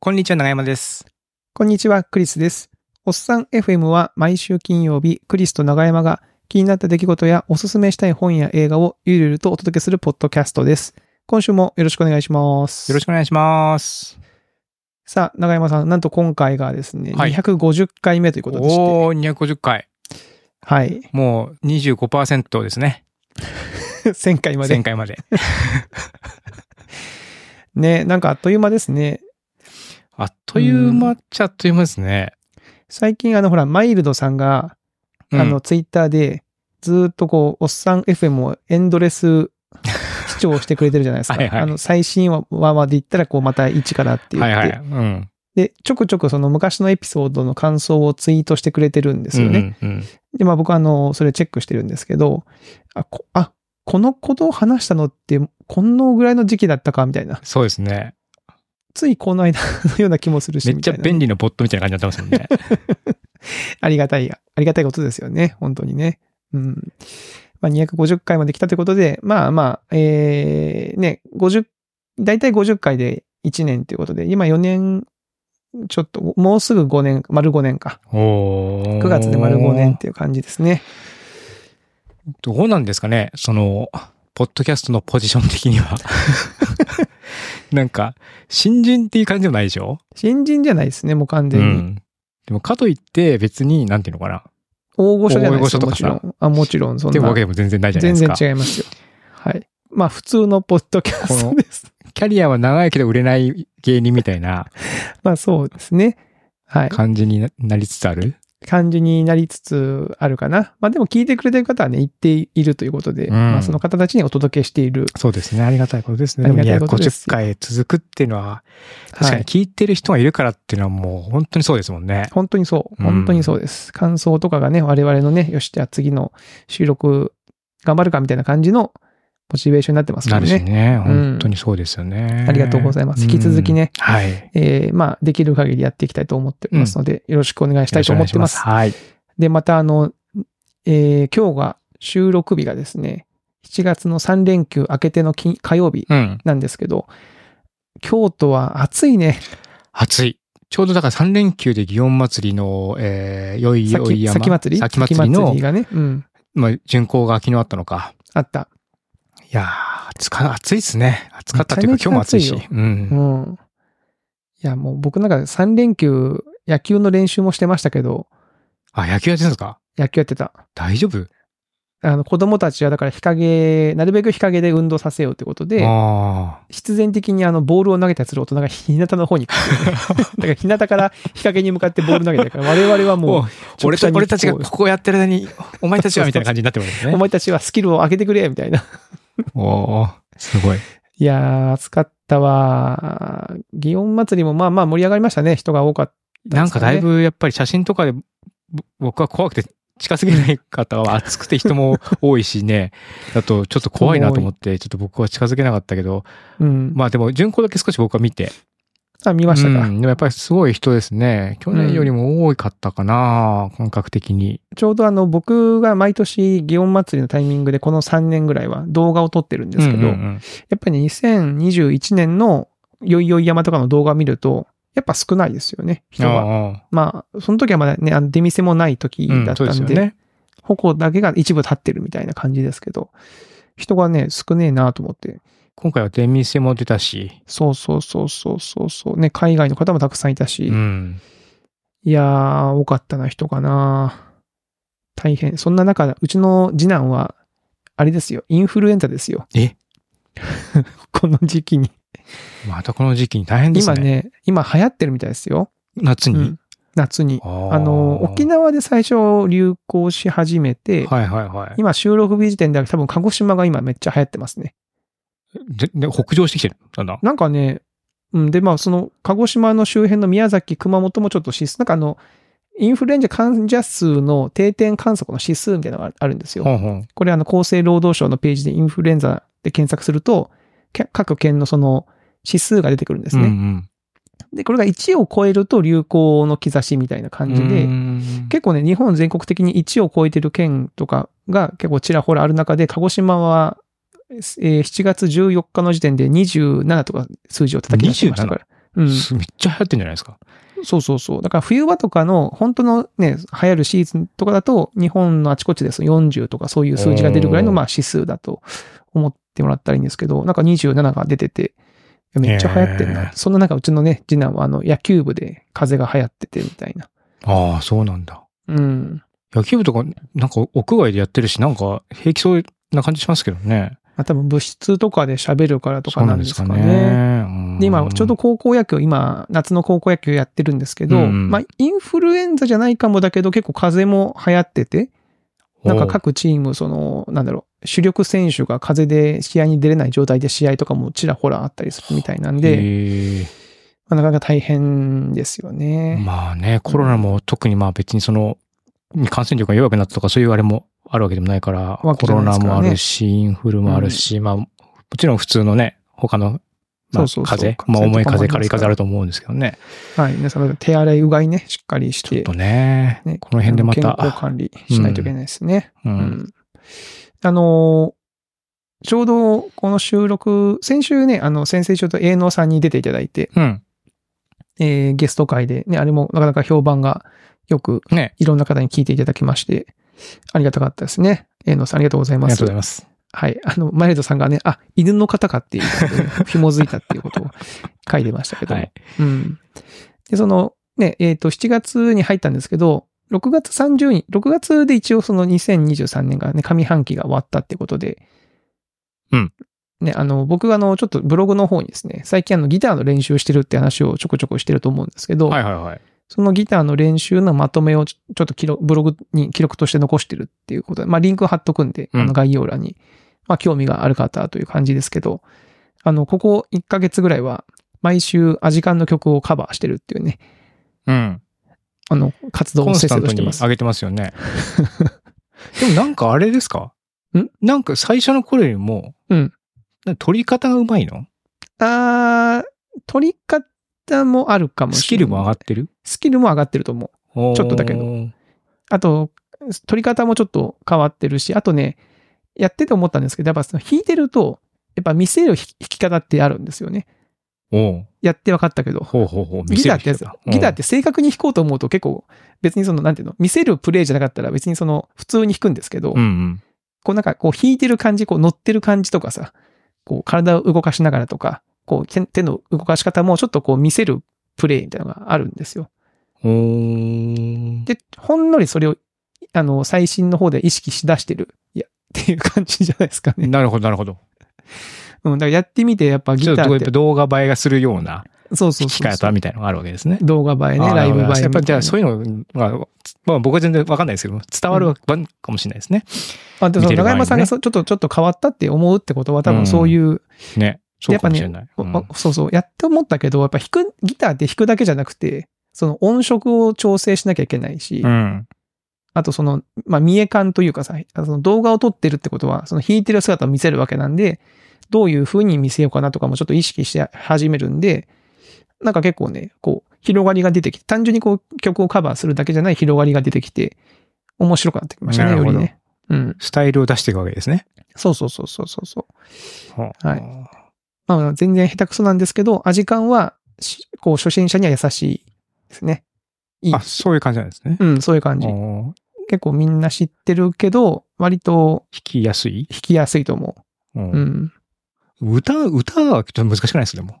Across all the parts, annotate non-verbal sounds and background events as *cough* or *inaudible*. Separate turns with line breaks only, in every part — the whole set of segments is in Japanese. こんにちは、長山です。
こんにちは、クリスです。おっさん FM は毎週金曜日、クリスと長山が気になった出来事やおすすめしたい本や映画をゆるゆるとお届けするポッドキャストです。今週もよろしくお願いします。
よろし
く。
くお願いします。
さあ、長山さん、なんと今回がですね、
はい
250回目ということでして、
おー、250回。
はい、 *laughs*
もう25%ですね。
1000回ま
前
で。
回まで。
ね、なんかあっという間ですね。
*laughs* あっという間っちゃあっという間ですね。
最近、あの、ほら、マイルドさんが、
うん
あの、、ツイッターで、ずーっとこう、おっさん FM をエンド
*laughs*
レス視聴してくれてるじゃないですか。
はいはい
あの、最新話まで行ったら、こう、また1からって言って、
はいはい。うん。
で、ちょくちょくその昔のエピソードの感想をツイートしてくれてるんですよね。
うんうんうん
で、まあ僕はあの、それチェックしてるんですけど、あ、こあこのことを話したのって、このぐらいの時期だったか、みたいな。
そうですね。
ついこの間のような気もするし、
めっちゃ
みたいな
便利なボットみたいな感じになってますもんね。
ありがたい、ありがたいことですよね。本当にね。うん。まあ、250回まで来たということで、まあまあ、えー、ね、50、だいたい50回で1年ということで、今4年、ちょっと、もうすぐ5年、丸5年か。
*laughs* おー。
9月で丸5年っ。ていう感じですね。
どうなんですかねその、ポッドキャストのポジション的に *laughs* は。なんか、新人っていう感じでもないでしょ
新人じゃないですね、もう完
う
全に。
ん。でも、かといって別に、なんていうのかな
大御所じゃないです
大御所と
も
か
ち
さ
ろん。あ、もちろん、そ
っ
ん
ていう
な
わけ。でも全然ないじゃない
全
ですか。
然違いますよ。はい。まあ、普通のポッドキャストです。
キャリアは長いけど売れない芸人みたいな
*laughs* まあ、そうですね。はい。
感じにななりつつある。
感じになりつつあるかな。まあでも聞いてくれてる方はね、言っているということで、
うん
まあその方たちにお届けしている。
そうですね。ありがたいことですね。
ありがたいこと
でも
です
250回続くっていうのは、確か
は
に
い。
聞いてる人がいるからっていうのはもう本当にそうですもんね。
本当にそ
う
う。
ん
本当にそうです。感想とかがね、我々のね、よし、じゃあ次の収録頑張るかみたいな感じのモチベーションになってますも
なんるし
ね。
ね。
うん
本当にそうですよね。
ありがとうございます引き続きね
うんはい。
えー、まあできる限りやっていきたいと思っておりますので、よろしくお願いしたいと思ってます。
よろしくお願いします
で、またあの、えー今日が収録日がですね、7月の3連休明けての金火曜日
はい。うん。
なんですけど、京都は暑いね。
暑い。ちょうどだから3連休で祇園祭りの、えー、よいよい山。
先先祭り
先祭りの
先、がね。うん。
まあ、巡行が昨日あったのか。
あった。
いやー、暑か、暑いですね。暑かったっていうか、
めちゃ
今
め
日
ち
も暑い
ゃ暑い
し。
よ
うん
うん。いや、もう僕なんか3連休、野球の練習もしてましたけど、
あ、野球やってたんですか
野球やってた。
大丈夫
あの、子供たちはだから日陰、なるべく日陰で運動させようってことで、
あ
必然的にあの、ボールを投げたりする大人が日向の
*laughs*
方に行くっていうねだから日向から日陰に向かってボール投げてるから、我々は
あ。
も
も
う
う、、俺た
直射日光
俺たちがここやってる間に、お前たちはみたいな感じになってます *laughs*
お
ね。
前たちはスキルを上げてくれ、みたいな。
おーす *laughs* ごい。
いやー、暑かったわー。祇園祭りもまあまあ盛り上がりましたね。人が多かった
な
で
ん
す
か
ね
だいぶやっぱり写真とかで、ぼ僕は怖くて近すぎない方は暑くて人も多いし *laughs* ね、だとちょっと怖いなと思って、ちょっと僕は近づけなかったけど、
うん。
まあでも巡行だけ少し僕は見て。
あ、見ましたか、
うんでもやっぱりすごい人ですね。去年よりも多かったかな、感覚的に。
ちょうどあの、僕が毎年、祇園祭りのタイミングで、この3年ぐらいは動画を撮ってるんですけ
うん
ど、
うん
や
うん
っぱりね、2021年のよいよい山とかの動画を見ると、やっぱ少ないですよね、人が。
ああ
まあ、その時はまだね、あの出店もない時
うん
だった
そうんです
で、
よね。
矛だけが一部立ってるみたいな感じですけど、人がね、少ねえなと思って。
今回は出店も出たし、
そうそうそうそうそうそう。ね、海外の方もたくさんいたし、
うん。
いやー、多かったな人かな。大変。そんな中、うちの次男は、あれですよ、インフルエンザですよ。
え
*laughs* この時期に。
またこの時期に大変です
今
ね。
ね、今流行ってるみたいですよ。
夏に。
うん夏に。
あ
あの、沖縄で最初流行し始めて、
はいはいはい。
今収録日時点では多分鹿児島が今めっちゃ流行ってますね。
で、で北上してきてる。だんだん。
なんかね、うん、で、まあ、その、鹿児島の周辺の宮崎、熊本もちょっと指数、なんかあの、インフルエンザ患者数の定点観測の指数みたいなのがあるんですよ。
ほんほん。
これ、あの、厚生労働省のページでインフルエンザで検索すると、け各県のその、指数が出てくるんです
うんう
ね。
ん。
で、これが1を超えると流行の兆しみたいな感じで、
で
結構ね、日本全国的に1を超えてる県とかが結構ちらほらある中で、鹿児島は、えー7月14日の時点で27とか数字を叩き出してましたから。うん。
すめっちゃ流行ってんじゃないですか。
そうそうそう。だから冬場とかの本当のね、流行るシーズンとかだと、日本のあちこちです40とかそういう数字が出るぐらいの
おー
まあ指数だと思ってもらったらいいんですけど、なんか27が出てて、めっちゃ流行ってるな。
へー
そんな中、うちのね、次男はあの野球部で風が流行っててみたいな。
ああ、そうなんだ。
うん。
野球部とか、なんか屋外でやってるし、なんか平気そうな感じしますけどね。
まあ多分部室とかで喋るからと
そ
か
うな
な
ん
ん
で
です
す
か
か
ね。
ね。うん
で、今、ちょうど、高校野球、今、夏の高校野球やってるんですけど、
うんうん
まあ、インフルエンザじゃないかもだけど、結構風邪も流行ってて、なんか各チーム、その、なんだろう、主力選手が風邪で試合に出れない状態で試合とかもちらほらあったりするみたいなん
お
で、
ー、へ
まあなかなか大変ですよ
ー
ね。
まあね、コロナも特にまあ別にその、感染力が弱くなったとかそういうあれもあるわけでもないから、
わけ
コ
じゃ
ロ
ない
ナ
ですからね
もあるし、インフルもあるし、まあ、もちろん普通のね、他の、まあ、
そうそうそう
風邪、
風邪とかも
まあ重い風
あります
邪、
から
軽い風邪あると思うんですけどね。
はい。皆さん、手洗いうがいね、しっかりし
ちょってと、ね、
ね
この辺でま
健康
た、
管理しないといけないですね。
う、
うんんあのーちょうどこの収録、先週ね、あの、先々週と営農さんに出ていただいて、
うん、
えーゲスト会でね、あれもなかなか評判がよく、
ね、
いろんな方に聞いていただきまして、ありがたかったですね。営農さんありがとうござい
あり
ま
が
す
とうござい。ます。
はい。あの、マイルドさんがね、あ、犬の方かっていうこ
*laughs*
とでね、紐づいたっていうことを書いてましたけども、
はい
うん。で、その、ね、えっ、と、7月に入ったんですけど、6月30日、6月で一応その2023年がね、上半期が終わったってことで、
うん。
ね、あの、僕あの、ちょっとブログの方にですね、最近あの、ギターの練習してるって話をちょこちょこしてると思うんですけど、
はいはいはい。
そのギターの練習のまとめをちょちょっと記録ブログに記録として残してるっていうことで、まあリンク貼っとくんで、
うん
あの概要欄に、まあ興味がある方という感じですけど、あの、ここ1ヶ月ぐらいは毎週アジカンの曲をカバーしてるっていうね、
うん。
あの、活動
コ
を
ン
せ
ス
っ
タ
せ
ン
と
ト
して
に
ます。
上げてますよね。 *laughs* でもなんかあれですか
ん
なんか最初の頃よりも、
うん
な取り方がうまいの
あー、取り方もあるかも
ス
し
キ
れない。
ルも上がってる
スキルも上がってると思う。
ちょ
っとだけどあと、取り方もちょっと変わってるし、あとね、やってて思ったんですけど、やっぱその弾いてると、やっぱ見せる弾き方ってあるんですよね。
おう
やって分かったけど。
ほうほうほう。見
ギ
せ
ター
る
ってや
人
つ
だ、
ギターって正確に弾こうと思うと結構別にその、なんていうの、見せるプレイじゃなかったら別にその普通に弾くんですけど、
うんうん
こうなんかこう弾いてる感じ、こう乗ってる感じとかさ、こう体を動かしながらとか、こう手手の動かし方もちょっとこう見せるプレイみたいなのがあるんですよ。
うん。おー
で、ほんのりそれを、あの、最新の方で意識しだしてる、いや、っていう感じじゃないですかね。
なるほど、なるほど。
うん、だからやってみてやっぱギ
ちょ
タ
っと
ー
や
っ
っぱ
て、
動画映えがするような
そうそ
弾
う
き
そう
方みたいなのがあるわけですね。
動画映え
あ
ね、
ー
ライブ映えみたいな。
やっぱりじゃあそういうのが、まあ僕は全然わかんないですけど、伝わるわかもしれないですね。
あ、でも
見
その
てる
長
場合
山さんが
ね
そちょっと、ちょっと変わったって思うってことは多分そういう、
ね。そうかもしれない。うん
おおそうそう、やって思ったけど、やっぱ弾く、ギターって弾くだけじゃなくて、その音色を調整しなきゃいけないし、
うん。
あとその、まあ、見え感というかさ、その動画を撮ってるってことは、その弾いてる姿を見せるわけなんで、どういう風に見せようかなとかもちょっと意識して始めるんで、なんか結構ね、こう、広がりが出てきて、単純にこう曲をカバーするだけじゃない広がりが出てきて、面白くなってきましたね、
な
よ
るほ
り
ど
ね。うん。
スタイルを出していくわけですね。
そうそうそうそうそうそう。。
はい
まあ、全然下手くそなんですけど、味感はし、こう、初心者には優しいですね。いい
あ、。そういう感じなんですね。
うん、そういう感じ
あ。ー弾
結構みんな知ってるけど、割と
きやすい、
弾きやすいと思
う、
う。うんん。
歌、歌はちょっと難しくないですけども。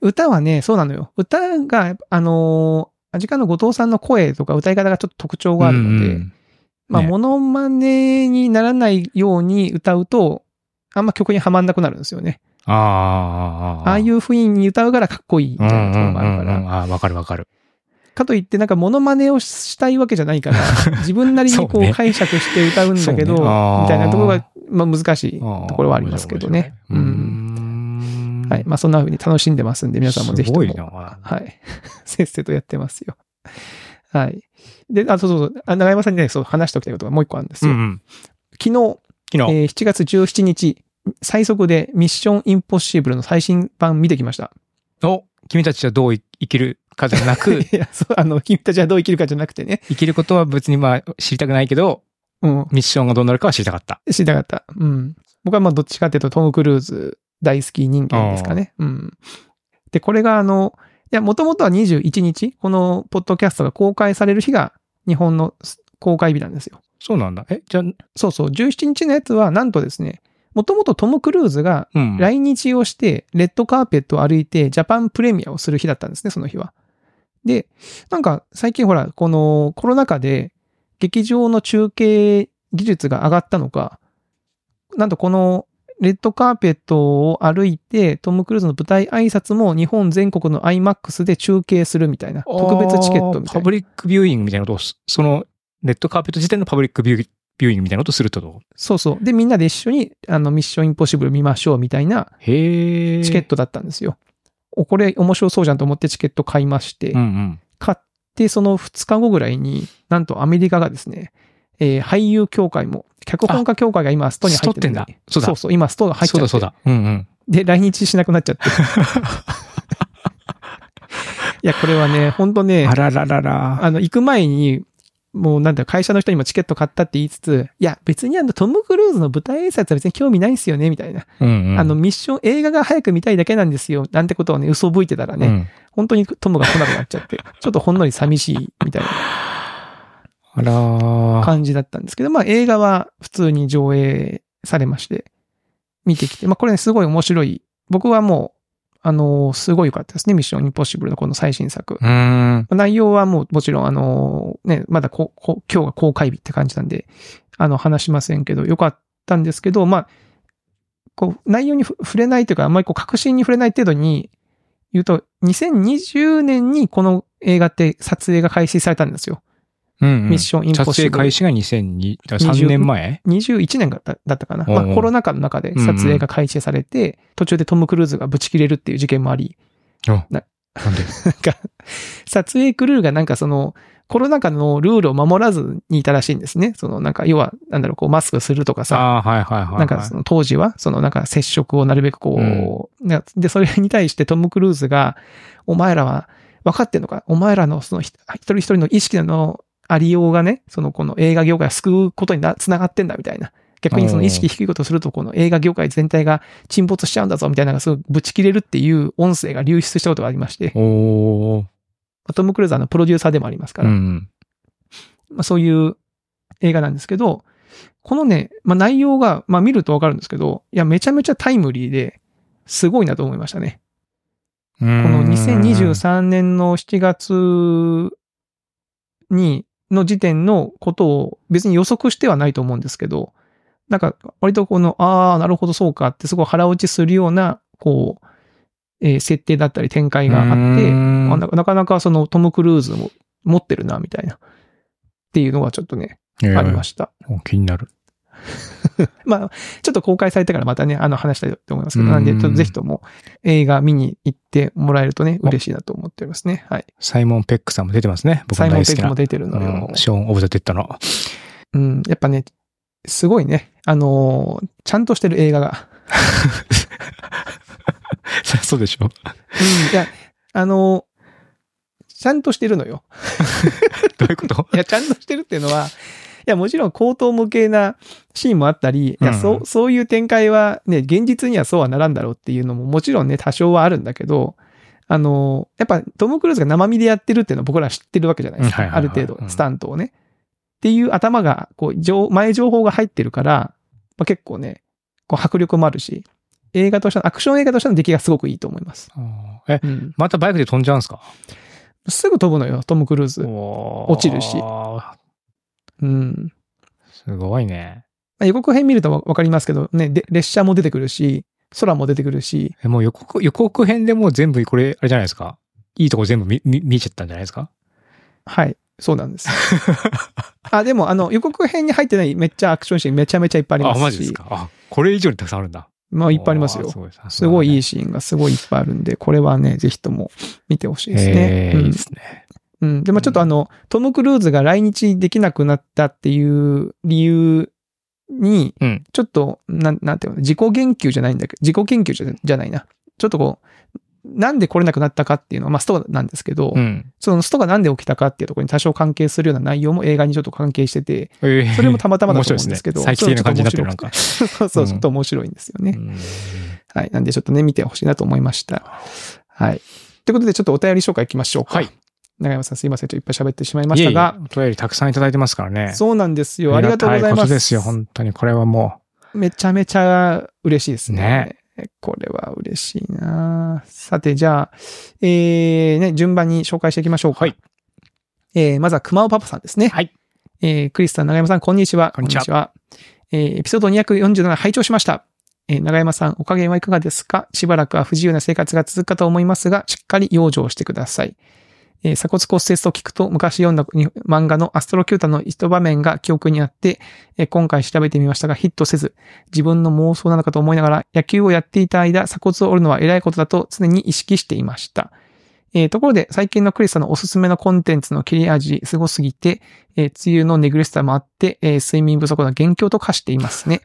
歌はね、そうなのよ。歌が、あのー、味感の後藤さんの声とか歌い方がちょっと特徴があるので、
うん
まあ、
ね
モノマネにならないように歌うと、あんま曲にはまんなくなるんですよね。
あーあー。
ああいうう雰囲気に歌うからかっこいいみ
んう
たいなんと
う
ころ
ん
がある
う
から。
ん。ああ、わかるわかる。
かといってなんかモノマネをしたいわけじゃない
*laughs*
から、自分なりに
そう
こう
ね
解釈して歌うんだけど、
そうねあー
みたいなところが、まあ難しい
あー
ところはありますけどね。う
面白い
ん。
面白いうん
はい。まあそんな風に楽しんでますんで、皆さんもぜひとも。
すごいな。
はい。 *laughs* せっせとやってますよ。はい。で、あ、そうそうそう。あ長山さんにね、そう話しておきたいことがもう一個あるんです
うん
よ。
うん。
昨日、
昨日。
えー7月17日、最速でミッションインポッシブルの最新版見てきました。、
お、君たちはどうい生きるかじゃなく *laughs*
*laughs* いや、そう、あの、君たちはどう生きるかじゃなくてね。
生きることは別にまあ知りたくないけど、
うん。
ミッションがどうなるかは知りたかった。
知りたかった。うん。僕はまあどっちかっていうとトム・クルーズ大好き人間ですかね。うん。で、これがあの、いや、もともとは21日、このポッドキャストが公開される日が日本の公開日なんですよ。
そうなんだ。え、じゃあ、
そうそう、17日のやつはなんとですね、もともとトム・クルーズが
うん。
来日をして、レッドカーペットを歩いて、ジャパンプレミアをする日だったんですね、その日は。で、なんか、最近ほら、このコロナ禍で、劇場の中継技術が上がったのか、なんとこの、レッドカーペットを歩いて、トム・クルーズの舞台挨拶も日本全国の IMAX で中継するみたいな、特別チケットみ
あーパ
たいな。
ブリックビューイングみたいなことをす、その、レッドカーペット自体のパブリックビュービューイングみたいなことをするってこと
そうそう。で、みんなで一緒に、あの、ミッション・インポッシブル見ましょうみたいな
へえ。
チケットだったんですよ。お、これ面白そうじゃんと思ってチケット買いまして、
うんうん。
買って、その2日後ぐらいに、なんとアメリカがですね、えー俳優協会も、脚本家協会が今ストに入ってるの
あストって
に
んだそうだ
そうそう、今ストが入っちゃ
そうだそう
って
だ。うんうん。
で、来日しなくなっ
*laughs*
ちゃって。いや、これはね、ほんとね、
あらららら。
あの、行く前に、もうなんだ、会社の人にもチケット買ったって言いつつ、いや、別にあの、トム・クルーズの舞台挨拶は別に興味ないんすよね、みたいな。
うんうん。
あの、ミッション、映画が早く見たいだけなんですよ、なんてことをね、嘘吹いてたらね、
うん
本当にトムが来なくなっちゃって、ちょっとほんのり寂しいみたい
あら
な
ー
感じだったんですけど、まあ映画は普通に上映されまして、見てきて、まあこれね、すごい面白い。僕はもう、あのーすごい良かったですね、ミッションインポッシブルのこの最新作。
うーん。
内容はもうもちろん、あのーね、まだここ今日が公開日って感じなんで、あの、話しませんけど、良かったんですけど、まあ、こう、内容にふ触れないというか、あんまりこう、確信に触れない程度に言うと、2020年にこの映画って撮影が開始されたんです
う
よ。
んうん
ミッションインポ
撮
ッシ
影
ブル
開。始が2002、だから3年前
21年だっただったかな。まあ
おうおう
コロナ禍の中で撮影が開始されて、途中でトム・クルーズがブチ切れるっていう事件もあり、
なん *laughs* で
なんか、撮影クルーがなんかその、コロナ禍のルールを守らずにいたらしいんですね。そのなんか、要は、なんだろう、こう、マスクするとかさ、
ああー、はいはいはいはい。
なんかその当時は、そのなんか接触をなるべくこう、なで、それに対してトム・クルーズが、お前らは分かってんのかお前らのそのひ一人一人の意識のありようがね、そのこの映画業界を救うことにな、つながってんだみたいな。逆にその意識低いことをすると、この映画業界全体が沈没しちゃうんだぞみたいなのがすごいぶち切れるっていう音声が流出したことがありまして。
おー。
トム・クルーズはあのプロデューサーでもありますか
う
ら、
ん。
まあ、そういう映画なんですけど、このね、まあ、内容が、まあ、見るとわかるんですけど、いや、めちゃめちゃタイムリーで、すごいなと思いましたね。
こ
この
の
2023年の7月に、の時点のことを別に予測してはないと思うんですけど、なんか割とこの、ああ、なるほどそうかってすごい腹落ちするような、こう、えー設定だったり展開があって、あななかなかそのトム・クルーズも持ってるな、みたいな。っていうのがちょっとね、ありま
し
した。
た。お気になる。
まあ、ちょっと公開されてからまたね、あの話したいと思いますけど、
うん
なんで、ちょっとぜひとも映画見に行ってもらえるとね、嬉しいなと思っておりますね。はい。
サイモン・ペックさんも出てますね。僕
サ
の
イモン・
大
ペ
好
ッ
き
ク
な
も。出てるのよ
うん。ショーン・オブ・ザ・デッドの。 *laughs*
うん、やっぱね、すごいね。あのーちゃんとしてる映画が。
そうでし
*laughs*
ょ
うん、いや、あのーちゃんとしてるのよ。
どういうこと
いや、ちゃんとしてるっていうのは、いや、もちろん口頭無形なシーンもあったり、いや、
うん
そう、そういう展開はね、現実にはそうはならんだろうっていうのももちろんね、多少はあるんだけど、あの、やっぱトム・クルーズが生身でやってるっていうのは僕ら知ってるわけじゃないで
う
す
ん
か。
はい
あ
はい
る
はい
程度
う、ん
スタントをね。っていう頭が、こう、情前情報が入ってるから、まあ、結構ね、こう迫力もあるし、映画としての、アクション映画としての出来がすごくいいと思います。
あーえ、
うん。
またバイクで飛んじゃうんすか
すぐ飛ぶのよ、トム・クルーズ。
落
ちるしうん。
すごいね。
まあ予告編見るとわわかりますけど、ね、で列車も出てくるし、空も出てくるし、
えもう予告、予告編でもう全部、これ、あれじゃないですか。いいとこ全部見、見、見えちゃったんじゃないですか
はい、そうな
*laughs*
んです。あ、でも、あの、予告編に入ってないめっちゃアクションシーンめちゃめちゃいっぱいありますし。
マジですか。あ、これ以上にたくさんあるんだ。
まあ、いっぱいあります
おー
よ。
ごいさ
すごいいい
す
シーンがすごいいっぱいあるんで、これはね、ぜひとも見てほしい
が
ですね。
えー
うん
いいですね。
うん。で、まあちょっとあの、トム・クルーズが来日できなくなったっていう理由に、
うん
ちょっと、なん、なんていうの、自己言及じゃないんだけど、自己言及じゃじゃないな。ちょっとこう、なんで来れなくなったかっていうのは、まあストなんですけど、
うん。
そのストがなんで起きたかっていうところに多少関係するような内容も映画にちょっと関係してて、
それ
それもたまたまだと思
*laughs*
うんですけど、
面白いですね。再帰的な感じになってる、なん
*laughs*
か。
そうそう、ちょっと面白いんですよね。はい。なんでちょっとね、見てほしいなと思いました。はい。ということで、ちょっとお便り紹介いきましょうか。
はい。
長山さんすいません。ちょっといっぱい喋ってしまいましたが
いえ、いえお便りたくさんいただいてますからね。
そうなんですよ。ありがとうござい
ありがたいこ
ま
と
す。
ですよ、本当に。これはも
めちゃめちゃ嬉しいですね
ね。
これは嬉しいなさて、じゃあ、えー、ね、順番に紹介していきましょうか。
はい
えー、まずは熊尾パパさんですね。
はい。
えー、クリスさん、長山さん、こんにちは。
こんにちは
えー、エピソード247拝聴しました。えー、長山さん、お加減はいかがですかしばらくは不自由な生活が続くかと思いますが、しっかり養生してください。えー鎖骨骨折と聞くと昔読んだに漫画のアストロキュータの一場面が記憶にあって、えー今回調べてみましたがヒットせず、自分の妄想なのかと思いながら野球をやっていた間、鎖骨を折るのは偉いことだと常に意識していました。えーところで最近のクリスさんのおすすめのコンテンツの切れ味すごすぎて、えー梅雨の寝苦しさもあって、えー睡眠不足の元凶と化していますね。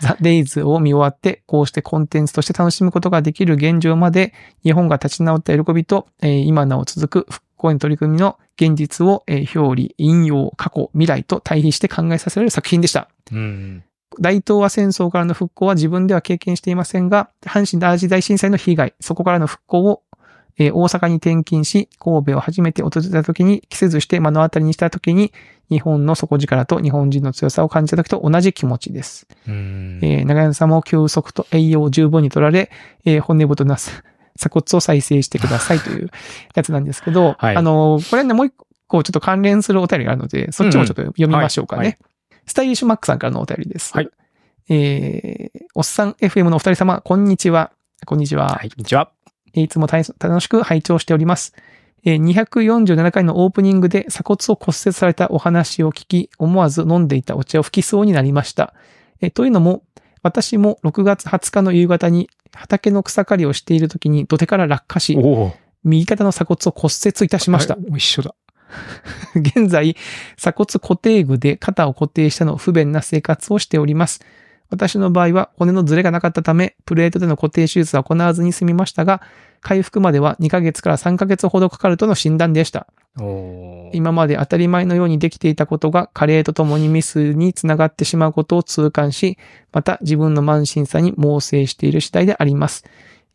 ザ・デイズを見終わって、こうしてコンテンツとして楽しむことができる現状まで、日本が立ち直った喜びと、えー今なお続く復興への取り組みの現実を、えー表裏、引用、過去、未来と対比して考えさせられる作品でした。
う。うん。
大東亜戦争からの復興は自分では経験していませんが、阪神淡路大震災の被害、そこからの復興を、えー大阪に転勤し、神戸を初めて訪れた時に、着せずして目の当たりにした時に、日本の底力と日本人の強さを感じた時と同じ気持ちです。
うん。
えー長山さんも休息と栄養を十分に取られ、えー骨太なす鎖骨を再生してくださいというやつなんですけど、
*laughs* はい
あのーこれね、もう一個ちょっと関連するお便りがあるので、そっちもちょっと読みましょうかね。
うんうん
スタイリッシュマックさんからのお便りです。
はい
えーおっさん FM のお二人様、こんにちは。こんにちは。
はい、こんにちは。
えーいつも大楽しく拝聴しております。えー247回のオープニングで鎖骨を骨折されたお話を聞き、思わず飲んでいたお茶を吹きそうになりました。えーというのも、私も6月20日の夕方に畑の草刈りをしている時に土手から落下し、
おお。
右肩の鎖骨を骨折いたしました
あ。。一緒だ。
*laughs* 現在、鎖骨固定具で肩を固定したの不便な生活をしております。私の場合は骨のズレがなかったため、プレートでの固定手術は行わずに済みましたが、回復までは2ヶ月から3ヶ月ほどかかるとの診断でした。
おお。
今まで当たり前のようにできていたことが加齢とともにミスにつながってしまうことを痛感し、また自分の慢心さに猛省している次第であります。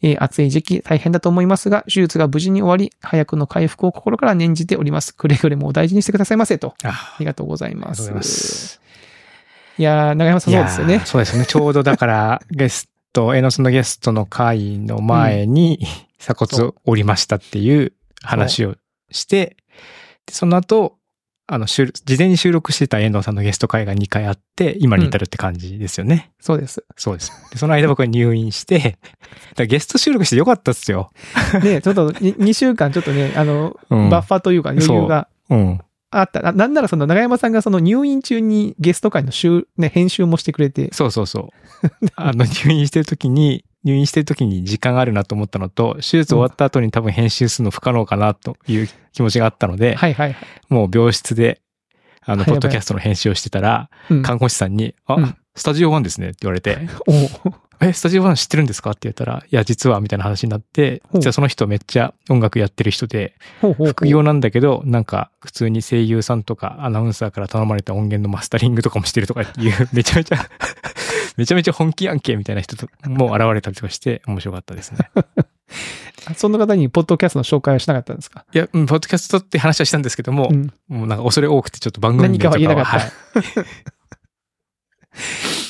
えー暑い時期大変だと思いますが、手術が無事に終わり、早くの回復を心から念じております。くれぐれもお大事にしてくださいませと。
あ
あ
あり
りがとうござい
が
ま
とうご
す。
ざいます。
いやー、長山さんそうですよ
いや
ね
ー。そうですね。ちょうどだから、
*laughs*
ゲスト、えのすのゲストの会の前に、鎖骨を折りましたっていう話をして、でその後、あの、収録事前に収録してた遠藤さんのゲスト会が2回あって、今に至るって感じですよね。
そうです。 *laughs*
そうです。で、その間僕は入院して、だからゲスト収録してよかったっすよ。
で、ちょっと2週間ちょっとね、あの、
うん
バッファーというか余裕が
うん。
あった。ななんならその長山さんがその入院中にゲスト会の収、ね、編集もしてくれて、
そうそうそう。 *laughs* あの、入院してる時に、入院してる時に時間があるなと思ったのと、手術終わった後に多分編集するの不可能かなという気持ちがあったので、
はいはいはい。
もう病室で、あの、
はい
ポ
やばい
ッドキャストの編集をしてたら、
うん
看護師さんに、あ、
うん
スタジオワンですねって言われて、
おう
え、スタジオワン知ってるんですかって言ったら、いや、実は、みたいな話になって、
ほう
実はその人めっちゃ音楽やってる人で、
ほうほうほう
副業なんだけど、なんか、普通に声優さんとかアナウンサーから頼まれた音源のマスタリングとかもしてるとかっていう、 *laughs* めちゃめちゃ、めちゃめちゃ本気やんけみたいな人とも現れたりとかして、面白かったですね。
その方にポッドキャストの紹介はしなかったんですか
いや、うんポッドキャストって話はしたんですけども、
うん
もうなんか恐れ多くてちょっと番組名
何
と
かは言えなか
は
っ
はい
た。 *laughs*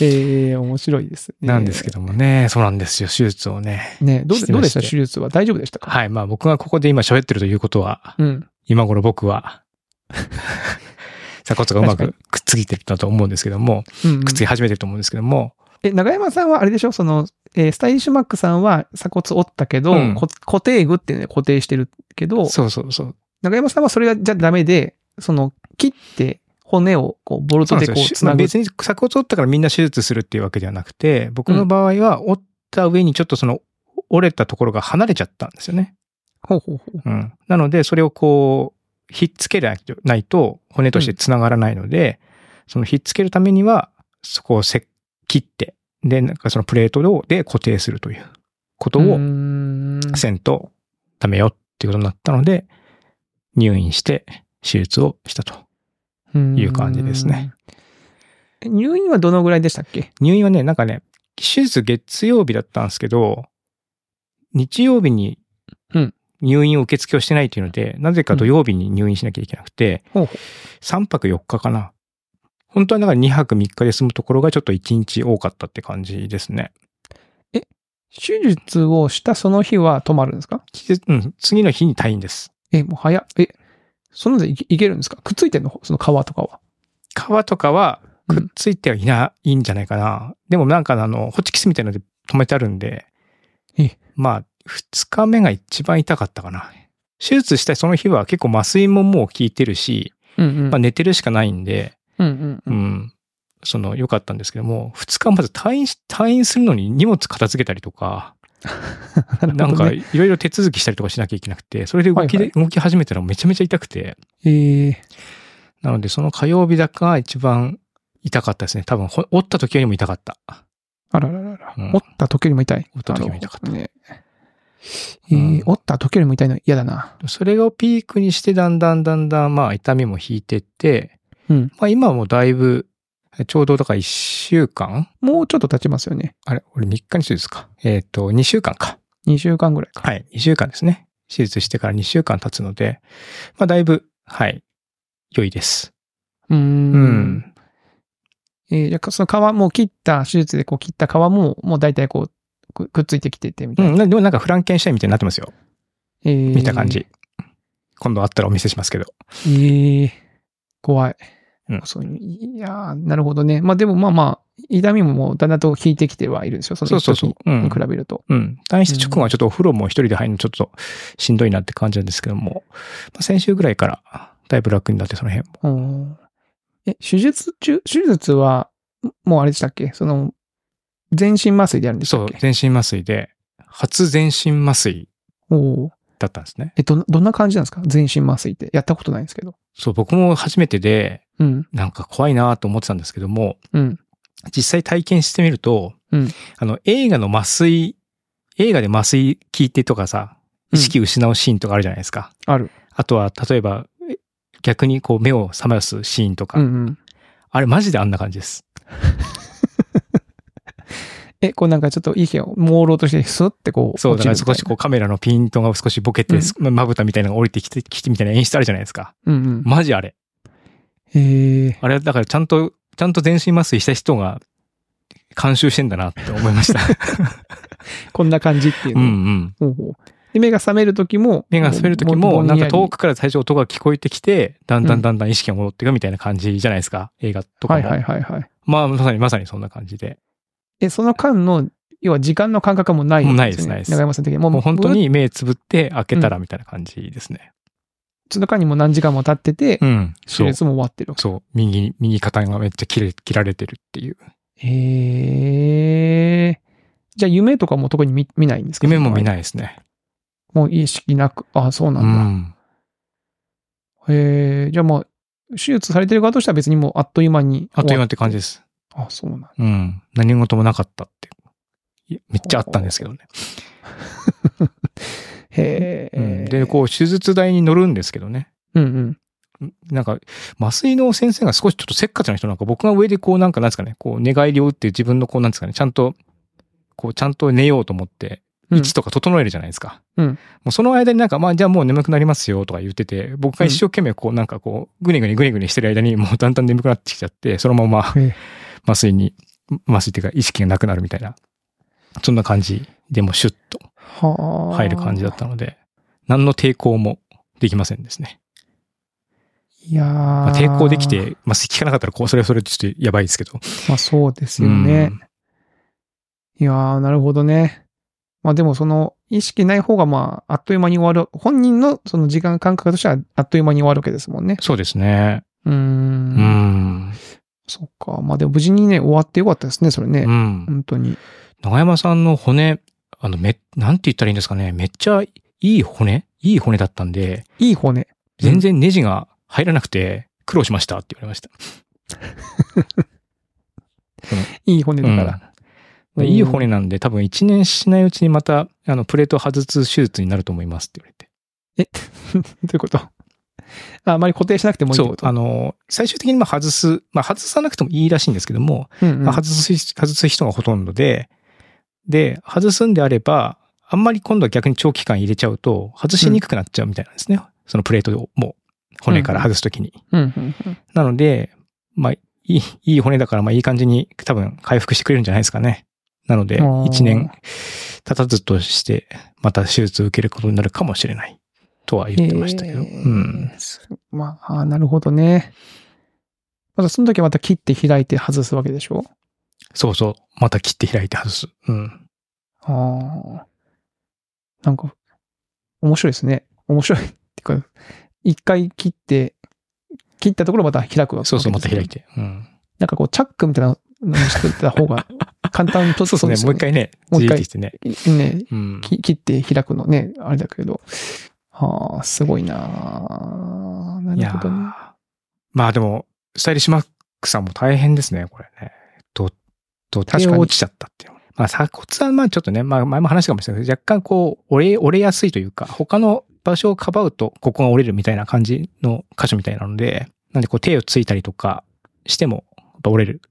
ええ面白いですね。
なんですけどもね、そうなんですよ、手術をね。
ね、どうで
して
どう
まして
でした手術は大丈夫でしたか
はい、まあ僕がここで今喋ってるということは、
うん。
今頃僕は、 *laughs* 鎖骨がうま
確
くくっついてるんだと思うんですけども、
うんうん
くっつき始めてると思うんですけども、
え、長山さんはあれでしょその、えースタイリッシュマックさんは鎖骨折ったけど、
うん
こ固定具っていうので固定してるけど、
そうそうそう。
長山さんはそれがじゃダメで、その、切って骨をこう、ボル
そ
ト
うな
で
ん
こ
で
う、
すよ
つ
ま
な
あ
ぐ。
別に鎖骨折ったからみんな手術するっていうわけではなくて、僕
う
の
ん
場合は折った上にちょっとその折れたところが離れちゃったんですよね。
ほうほうほう。
うん。なので、それをこう、ひっつけないと骨としてつながらないので、そのひっつけるためには、そこをせ切って、で、なんかそのプレートをで固定するということ
うー
を
ん
せんとダメよっていうことになったので、入院して手術をしたと。いう感じですね。
うーん入院はどのぐらいでしたっけ
入院はね、なんかね、手術月曜日だったんですけど、日曜日に
うん
入院受付をしてないというので、なぜか土曜日に入院しなきゃいけなくて、
ほうほ
3泊4日かな。本当はだから2泊3日で済むところがちょっと1日多かったって感じですね。
手術をしたその日は泊まるんですか
きうん、次の日に退院です。
え、もう早っ。え、そんなのでいいけるんですかくっついてんのその皮とかは。
川とかはくっついてはいない,、ん、じゃないかな。でもなんかあの、ホチキスみたいなので止めてあるんで
え、
まあ、二日目が一番痛かったかな。手術したその日は結構麻酔ももう効いてるし、
うんうん。
まあ寝てるしかないんで、
うんうんう。
うんん、その良かったんですけども、二日まず退院し、退院するのに荷物片付けたりとか、
*laughs* な
な
る
ん
ほど
か
ね
いろいろ手続きしたりとかしなきゃいけなくて、それで動きで、
はい
動き始めたらめちゃめちゃ痛くて、
えー、
なので、その火曜日だかが一番痛かったですね。多分、ほ折った時よりも痛かった。
あらららら。
うん
折った時よりも痛い。
折った時よりも痛かった
なるほどねえー
うん
折った時よりも痛いの嫌だな。
それをピークにして、だんだんだんだん、まあ、痛みも引いてって、
うん
まあ、今はもうだいぶ、ちょうどだから1週間
もうちょっと経ちますよね。
あれ俺3日に手術か。えっ、と、2週間か。
2週間ぐらいか。
はい。2週間ですね。手術してから2週間経つので、まあ、だいぶ、はい、良いです。
うー。
うんん。
えーじゃあ、その皮、もう切った、手術でこう切った皮も、もう大体こう、くくっついてきてて、み
う
たいな。
ん。なでもなんかフランケンシャインみたいになってますよ。
えー
見た感じ。。今度あったらお見せしますけど。
えー怖い。
うん
そういういやーなるほどね。まあでもまあまあ、痛みももうだんだんと効いてきてはいるんですよ。その
そうそうそう
一。時
うん
に比べると。
うん。退院した直後はちょっとお風呂も一人で入るのちょっとしんどいなって感じなんですけども、まあ、先週ぐらいからだいぶ楽になってその辺も。
うんえ、手術中、手術は、もうあれでしたっけその、全身麻酔でやるんでした
そ
っ
う
け、
全身麻酔で、初全身麻酔
う。おー
だったんですね。
え、どん、どんな感じなんですか全身麻酔って。やったことないんですけど。
そう、僕も初めてで、
うん、
なんか怖いなと思ってたんですけども、
うん、
実際体験してみると、
うん
あの、映画の麻酔、映画で麻酔効いてとかさ、意識失うシーンとかあるじゃないですか。
ある。
あとは、例えば、え逆にこう目を覚ますシーンとか、
うんうん。
あれマジであんな感じです。
え、こうなんかちょっと意見を朦朧として、スッてこう。
そう、だから
落ちるみたい
少
な
しこうカメラのピントが少しボケ
う
て
ん、
まぶたみたいなのが降りてきて、きてみたいな演出あるじゃないですか。
うんうん。
マジあれ。
へえ。
あれ、だからちゃんと、ちゃんと全身麻酔した人が監修してんだなって思いま
*laughs*
した。
こんな感じっていう
うんう
の。
ん。
ほうほうで、目が覚める時も。
目が覚める時も、
ぼ
なんか、
ぼ
遠
ん
くから最初音が聞こえてきて、だんだ
うん
んだんだん意識が戻っていくみたいな感じじゃないですか。映画とか
や
も。
りはいはいはいはい。
まあ、まさにまさにそんな感じで。
え、その間の、要は時間の感覚はもうない、
もうないですないです
長山さん的に。も
もう本当
ブーッ
に目つぶって開けたらみたいな感じですね。
その間にもう何時間も経ってて、
うん。
手
そう。
術も終わってる。
そう。右に、右肩がめっちゃ切れ、切られてるっていう。
へえ。じゃあ夢とかも特に見見ないんですか
夢も見
い。
ないですね。
もう意識なく。あ、そうな
うん
だ。
ん。
へえ、じゃあもう、手術されてる側としては別にもうあっという間に。
あっという間って感じです。
あ、そうなんだ。
うん。何事もなかったって。いやめっちゃあったんですけどね。
へ
う
え
ん、。で、こう、手術台に乗るんですけどね。
う。うんうん。
んなんか、麻酔の先生が少しちょっとせっかちな人なんか、僕が上でこう、なんか、なんですかね、こう、寝返りを打って自分のこう、なんですかね、ちゃんと、こう、ちゃんと寝ようと思って、
うん
位置とか整えるじゃないですか。
うん
もうその間になんか、まあ、じゃあもう眠くなりますよとか言ってて、僕が一生懸命こう、なんかこう、ぐねぐねぐねぐねしてる間に、もうだんだん眠くなってきちゃって、そのまま
へえ
麻酔に、麻酔っていうか意識がなくなるみたいな、そんな感じでもうシュッと
はあ。
入る感じだったので、何の抵抗もできませんですね。
いやー、
まあ、抵抗できて、まあ、効かなかったら、こう、それはそれでちょっとやばいですけど。
まあそうですよね。いやー、なるほどね。まあでもその意識ない方がまああっという間に終わる。本人のその時間感覚としてはあっという間に終わるわけですもんね。
そうですね。
うー。
うんん。
そっか。まあでも無事にね、終わってよかったですね、それね
う。ん。
本当に。
長山さんの骨、あの、め、なんて言ったらいいんですかね。めっちゃいい骨いい骨だったんで、
いい骨。
全然ネジが入らなくて、苦労しましたって言われました。
いい骨だから。
うんでいい骨なんで、多分1年しないうちにまた、あの、プレート破ず手術になると思いますって言われて。
*laughs* どういうことああまり固定しなくてもいいって
そ
こ
う、
と
あの、最終的にまあ外す、まあ外さなくてもいいらしいんですけども、
うんうん
まあ外す、外す人がほとんどで、で、外すんであれば、あんまり今度は逆に長期間入れちゃうと、外しにくくなっちゃうみたいなんですね。そのプレートをもう骨から外すときに。
うんうんうん
なので、まあ、いい、いい骨だから、まあ、いい感じに多分回復してくれるんじゃないですかね。なので、
あー
1年経たずとして、また手術を受けることになるかもしれない、とは言ってましたけど。
えー
うん。
すまあ、あーなるほどね。またその時はまた切って開いて外すわけでしょ
そうそう。また切って開いて外す。うん。
ああ。なんか、面白いですね。面白い。ってか、一回切って、切ったところまた開くわけ
そうそう、ま
です
た
ね
開い。て。うん。
なんかこう、チャックみたいなのしてた方
*laughs*
が簡単に取
そうですね。もう一回ね、
もう
自
一
由
回
にしてね。
回。ね、
うん。
き切って開くのね、あれだけど。はあ、すごいなあないる
や
ほどね。
ーまあでも、スタイリッシュマックさんも大変ですね、これね。と、と、手
確かに
落ちちゃったっていう。まあ鎖骨はまあちょっとね、まあ前も話したかもしれないけど、若干こう、折れ、折れやすいというか、他の場所をかばうと、ここが折れるみたいな感じの箇所みたいなので、なんでこう手をついたりとかしても、やっぱ折れる。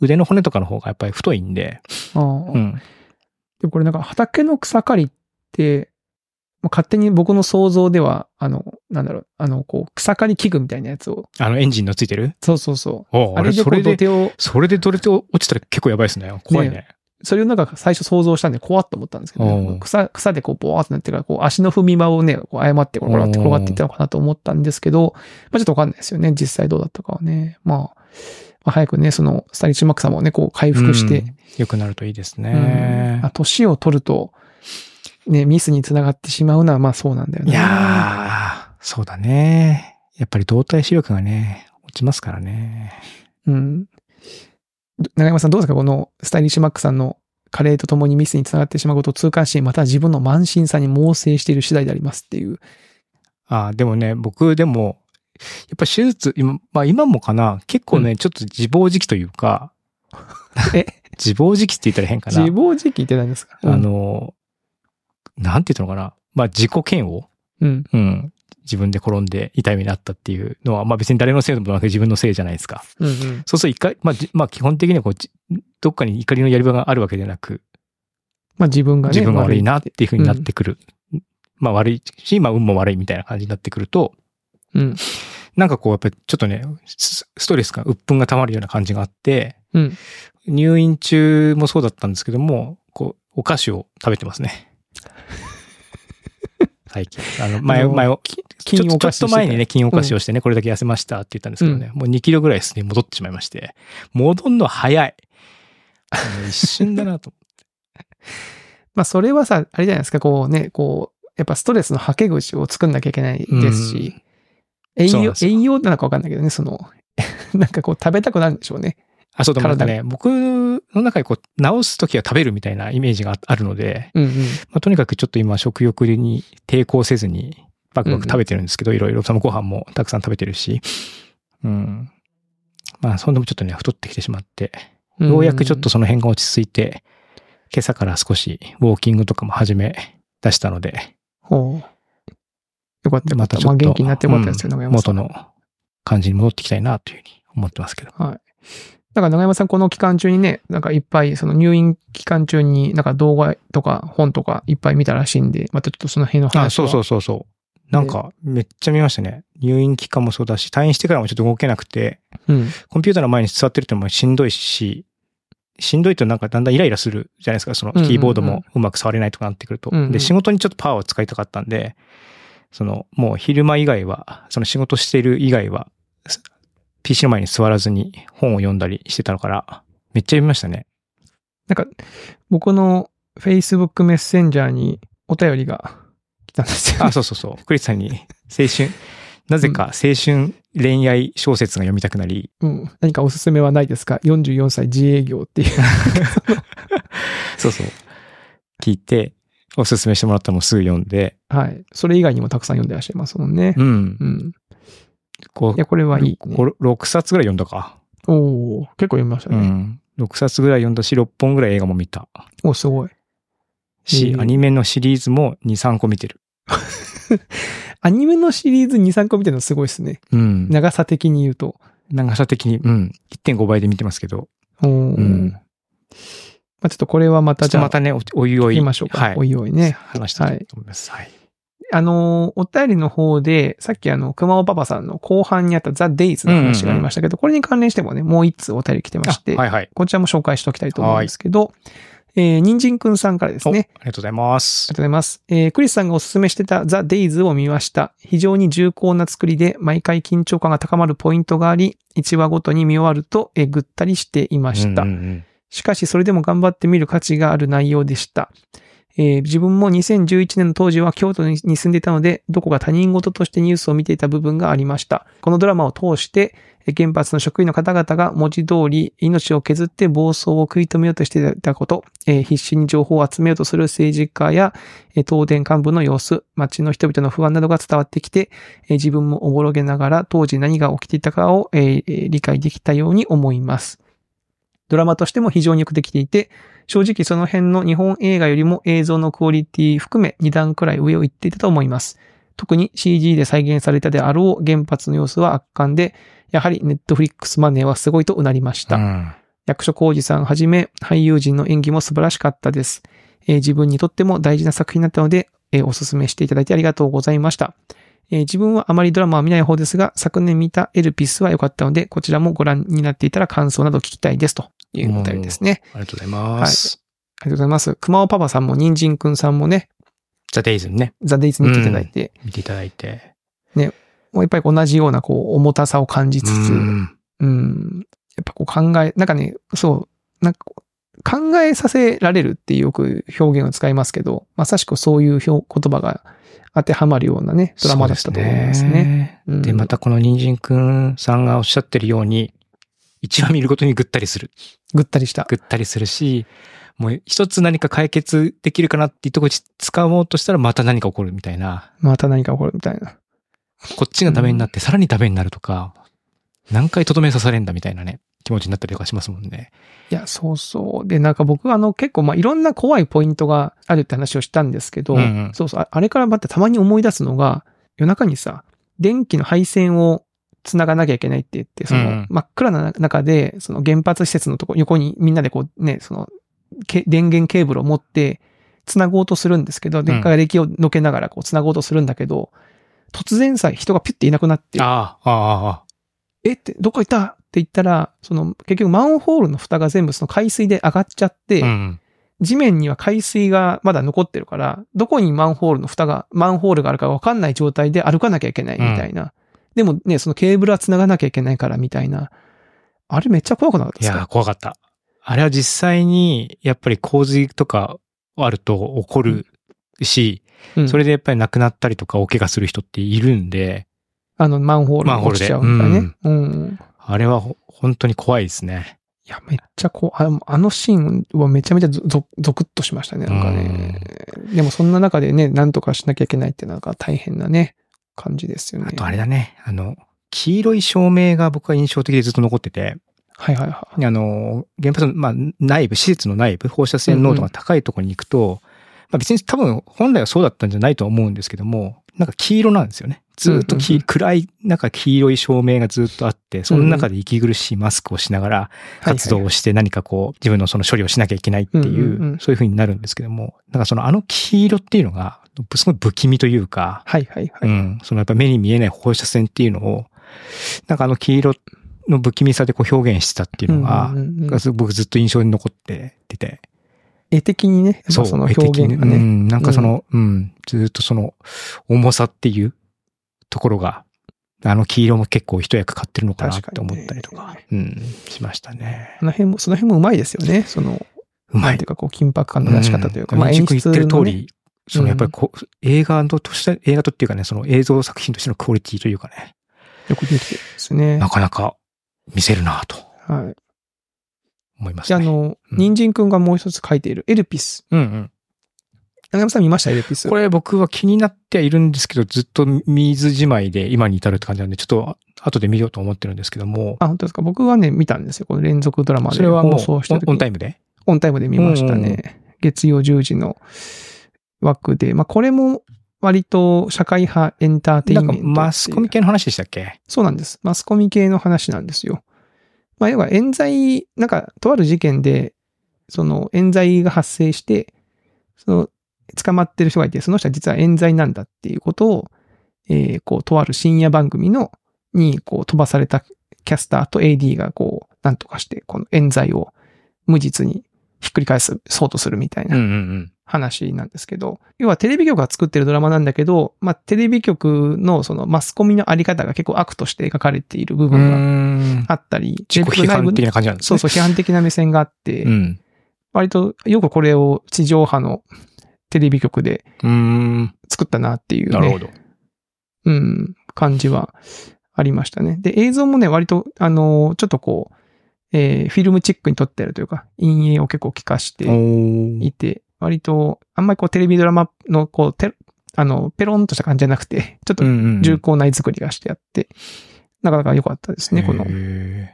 腕の骨とかの方がやっぱり太いんで、
あー
うん。
でもこれなんか畑の草刈りって、まあ勝手に僕の想像では、あの、なんだろう、あの、こう、草刈り器具みたいなやつを。
あのエンジンのついてる
そうそうそう。
おう
あ
あれ、
れで
そ
こう
れ
土
で、
手を、
それでどれと落ちたら結構やばいですね。怖いね。
それをなんか最初想像したんで怖っと思ったんですけど、
おう
草、草でこう、ボワーってなってから、こう、足の踏み間をね、こう誤って、ころって転がっていったのかなと思ったんですけど、まあちょっとわかんないですよね。実際どうだったかはね。まあ、まあ早くね、その、スタイリッシュマックさんもね、こう、回復して、
うん、良くなるといいです
うん
ね。
まあ年を取ると、ね、ミスにつながってしまうのは、まあそうなんだよね。
いやー、そうだね。やっぱり動体視力がね、落ちますからね。
うん。ど長山さんどうですかこのスタイリッシュマックさんの加齢とともにミスにつながってしまうことを痛感し、または自分の慢心さに猛省している次第でありますっていう。
あーでもね、僕でも、やっぱ手術、今、まあ今もかな、結構ね、ちょっと自暴自棄というか、
え
*laughs* 自暴自棄って言ったら変かな
自。暴自棄って何ですか
あ、の、なんて言ったのかな。まあ自己嫌悪
うん。
うん。自分で転んで痛い目になったっていうのは、まあ別に誰のせいでもなく自分のせいじゃないですか。
うんうん。
そうすると一回、まあじ、まあ基本的にはこう、じどっかに怒りのやり場があるわけじゃなく、
まあ自分がね。
自分が悪いなっ
悪
ていうふうになってくる。まあ悪いし、まあ運も悪いみたいな感じになってくると、
い。うん。
なんかこうやっぱりちょっとね、スストレスが、鬱憤が溜まるような感じがあって、
うん。
入院中もそうだったんですけども、こう、お菓子を食べてます
*laughs*
ね。最近。あの、前、
あの
前を、ちょ
金
っとちょ
お菓
っ
子して
と
た
前にね、金お菓子をしてね、これだけ痩せましたって言ったんですけどね、もう2キロぐらいですね、戻ってしまいまして、戻んの早い。あの一瞬だなと思って。
まあそれはさ、あれじゃないですか、こうね、こう、やっぱストレスのはけ口を作んなきゃいけないですし、栄
そうなん
養
で、すよ
栄養なのかわかんないけどね、その、 *laughs* なんかこう食べたくなるんでしょうね。
あ、そうだ、なんか
体
ね、僕の中でこう、治すときは食べるみたいなイメージがあるので、
うんうん。
まあ、とにかくちょっと今食欲に抵抗せずに、バクバク食べてるんですけど、いろいろ、そのご飯もたくさん食べてるし、うん。まあ、そんでもちょっとね、太ってきてしまって、ようやくちょっとその辺が落ち着いて、今朝から少しウォーキングとかも始め出したので、
ほう。よかった。
で
ま
ま
た
た
ち
ち
ょ
ょ
っ
っ
と。
と、
元気になってもらったんですよ、
う
長
ん
山さ
元
ん。
の感じに戻ってきたいなというふうに思ってますけど。
はい。だから長山さん、この期間中にね、なんかいっぱい、その入院期間中に、なんか動画とか本とかいっぱい見たらしいんで、またちょっとその辺の話。
あ、そうそううそうそう。なんか、めっちゃ見ましたね。入院期間もそうだし、退院してからもちょっと動けなくて、
うん。
コンピューターの前に座ってるってのもしんどいし、しんどいとなんかだんだんイライラするじゃないですか。その
うんうんうん
キーボードもうまく触れないとかなってくると。
うんうん
で、仕事にちょっとパワーを使いたかったんで、そのもう昼間以外は、その仕事してる以外は、す PC の前に座らずに本を読んだりしてたのから、めっちゃ読みました
*laughs*
ね。
なんか、僕の Facebook メッセンジャーにお便りが来たんですよ。
あ、そうそうそう。クリスさんに青春、なぜか青春恋愛小説が読みたくなり、
*laughs* うん。何かおすすめはないですか ?44 歳自営業っていう。 *laughs*
そうそう。聞いて、おすすめしてもらったのもすぐ読んで、
はい。それ以外にもたくさん読んでらっしゃいますもんね。
うん
う。ん。
こう
いや、これはいい、ね。
ろろ6冊ぐらい読んだか。
おお結構読みました
う
ね。
ん。6冊ぐらい読んだし、6本ぐらい映画も見た。
おすごい。
し、
えー
アニメのシリーズも2、3個見てる。
アニメのシリーズ2、3個見てるのすごいですね。
うん。
長さ的に言うと。
長さ的に、うん。1.5倍で見てますけど。
おー
うん。
まあ、ちょっとこれはまたじゃあ、
またね、おおいおい。
言いましょうか。
はい。
おいおいね。
話していきたいと思います。はい。
あのー、お便りの方で、さっきあの、熊尾パパさんの後半にあったザ・デイズの話がありましたけど、これに関連してもね、もう一通お便り来てまして、
あはいはい。
こちらも紹介しておきたいと思うんですけど、えー、人参くんさんからです
おあり
ね。
がとうございます
ありがとう。ございます。えークリスさんがおすすめしてたザ・デイズを見ました。非常に重厚な作りで、毎回緊張感が高まるポイントがあり、1話ごとに見終わると、えーぐったりしていました
うん。うんうん
しかし、それでも頑張ってみる価値がある内容でした。えー自分も2011年の当時は京都にに住んでいたので、どこか他人事としてニュースを見ていた部分がありました。このドラマを通して、えー原発の職員の方々が文字通り命を削って暴走を食い止めようとしていたこと、えー必死に情報を集めようとする政治家や、えー東電幹部の様子、街の人々の不安などが伝わってきて、えー自分もおぼろげながら当時何が起きていたかを、えーえー理解できたように思います。ドラマとしても非常によくできていて、正直その辺の日本映画よりも映像のクオリティ含め2段くらい上を行っていたと思います。特に CG で再現されたであろう原発の様子は圧巻で、やはりネットフリックスマネーはすごいとうなりました。
うん
役所広司さんはじめ俳優陣の演技も素晴らしかったです。えー自分にとっても大事な作品だったので、えーおすすめしていただいてありがとうございました。えー自分はあまりドラマは見ない方ですが、昨年見たエルピスは良かったので、こちらもご覧になっていたら感想など聞きたいです。というお便りですね。
ありがとうございます。
ありがとうございます。熊尾パパさんも、人参くんさんもね、
ザ・デイズにね、
ザ・デイズに来ていただいて、
見ていただいて。
もうやっぱり同じようなこう、重たさを感じつ
う
つ、
ん
うん。やっぱこう考え、なんかね、そう、なんかこう考えさせられるってよく表現を使いますけど、まさしくそういう表言葉が当てはまるようなね、ドラマだったと思います
そうで
ね。うん
で、またこの人参くんさんがおっしゃってるように、一話見るごとにぐったりする。
ぐったりした。
ぐったりするし、もう一つ何か解決できるかなっていうところに使おうとしたらまた何か起こるみたいな。
また何か起こるみたいな。
こっちがダメになってさらにダメになるとか、何回とどめ刺されんだみたいなね、気持ちになったりとかしますもんね。
いや、そうそう。で、なんか僕はあの結構まあいろんな怖いポイントがあるって話をしたんですけど、
うんうん
そうそう、ああれからまたたまに思い出すのが、夜中にさ、電気の配線を繋がなきゃいけないって言って、その、
うんうん
真っ暗な中で、その原発施設のとこ、横にみんなでこうね、その、け電源ケーブルを持って、繋ごうとするんですけど、で
うん
瓦礫をのけながらこう繋ごうとするんだけど、突然さ、人がピュッていなくなって、
ああ、ああ、あ
えって、どこ行ったって言ったら、その、結局マンホールの蓋が全部その海水で上がっちゃって、
あ。うん。
地面には海水がまだ残ってるから、どこにマンホールの蓋が、マンホールがあるかわかんない状態で歩かなきゃいけないみたいな。でもね、そのケーブルは繋がなきゃいけないからみたいな。あれめっちゃ怖くなかった
い
です
やー、
か
怖かった。あれは実際に、やっぱり洪水とかあると起こるし、
うん
それでやっぱり亡くなったりとか大怪我する人っているんで、
あの、マンホール
マン
が
ホー
落
ルで
ちちゃうみたいなね。うん。
あれはほ本当に怖いですね。
いや、めっちゃこう、あのあのシーンはめちゃめちゃゾゾゾクッとしましたね、なんかね。でもそんな中でね、なんとかしなきゃいけないってなんか大変なね、感じですよね。
あとあれだね、あの、黄色い照明が僕は印象的でずっと残ってて、
はいはいはい。
あの、原発の、まあ、内部、施設の内部、放射線濃度が高いところに行くと、まあ別に多分本来はそうだったんじゃないとは思うんですけども、なんか黄色なんですよね。ずっとき、
うんうんうん
暗い中黄色い照明がずっとあって、その中で息苦しいマスクをしながら活動をして何かこう自分のその処理をしなきゃいけないっていう、
うんうんうん
そういう風になるんですけども、なんかそのあの黄色っていうのが、すごい不気味というか、
はいはいは
う
い。
ん。そのやっぱ目に見えない放射線っていうのを、なんかあの黄色の不気味さでこう表現したっていうのが、
うんうんうん
がすごく僕ずっと印象に残っててて、
絵的にね、やっぱその表現が
う
ね。
ん、なんかその、うん、ずっとその重さっていうところが、あの黄色も結構一役買ってるのかなって思ったりとか、
確
うん、しましたね。
あの辺も、その辺もうまいですよね。その、
うま
なん
い
ていう。か、こう、緊迫感の出し方というか、
ん
まあ、
民
演
宿
出
言ってる
の
通
ね
り、そのやっぱりこう、映画のとして、映画とっていうかね、その映像作品としてのクオリティというかね、
よくできてるんですね。
なかなか見せるなと
はい。
思います
じゃあ、あ
ね。
の、
うん
人参くんがもう一つ書いている、エルピス。
うんうん。
長山さん見ましたエルピス。
これ僕は気になってはいるんですけど、ずっと見ずじまいで今に至るって感じなんで、ちょっと後で見ようと思ってるんですけども、
あ、本当ですか。僕はね、見たんですよ。この連続ドラマで
それはも
放
うオ
送して
ン
る
オンタイムで
オンタイムで見ました
うんうん
ね。月曜10時の枠で。まあ、これも割と社会派エンターテイン
なんか
メントっていう。
マスコミ系の話でしたっけ
そうなんです。マスコミ系の話なんですよ。まあ、要は冤罪、なんか、とある事件で、その冤罪が発生して、その捕まってる人がいて、その人は実は冤罪なんだっていうことを、えーこう、とある深夜番組の、に、こう、飛ばされたキャスターと AD が、こう、なんとかして、この冤罪を無実にひっくり返す、そうとするみたい
うんう
なん話なんですけど、要はテレビ局が作ってるドラマなんだけど、まあ、テレビ局のそのマスコミのあり方が結構悪として描かれている部
うん。う
分が
ーん。
あったり、
自己批判的な感じなんです
そう
ね。 *laughs*
そう、批判的な目線があって、
うん。
割とよくこれを地上波のテレビ局で
うーん。
作ったなっていう、ね、
なるほど。
うん、感じはありましたね。で、映像もね、割と、あの、ちょっとこう、えーフィルムチックに撮ってあるというか、陰影を結構効かして
お
いて、割と、あんまりこうテレビドラマの、こう、てあの、ペロンとした感じじゃなくて、 *laughs* ちょっと重厚な絵作りがしてあって、なかなか良かったですね、この
へ。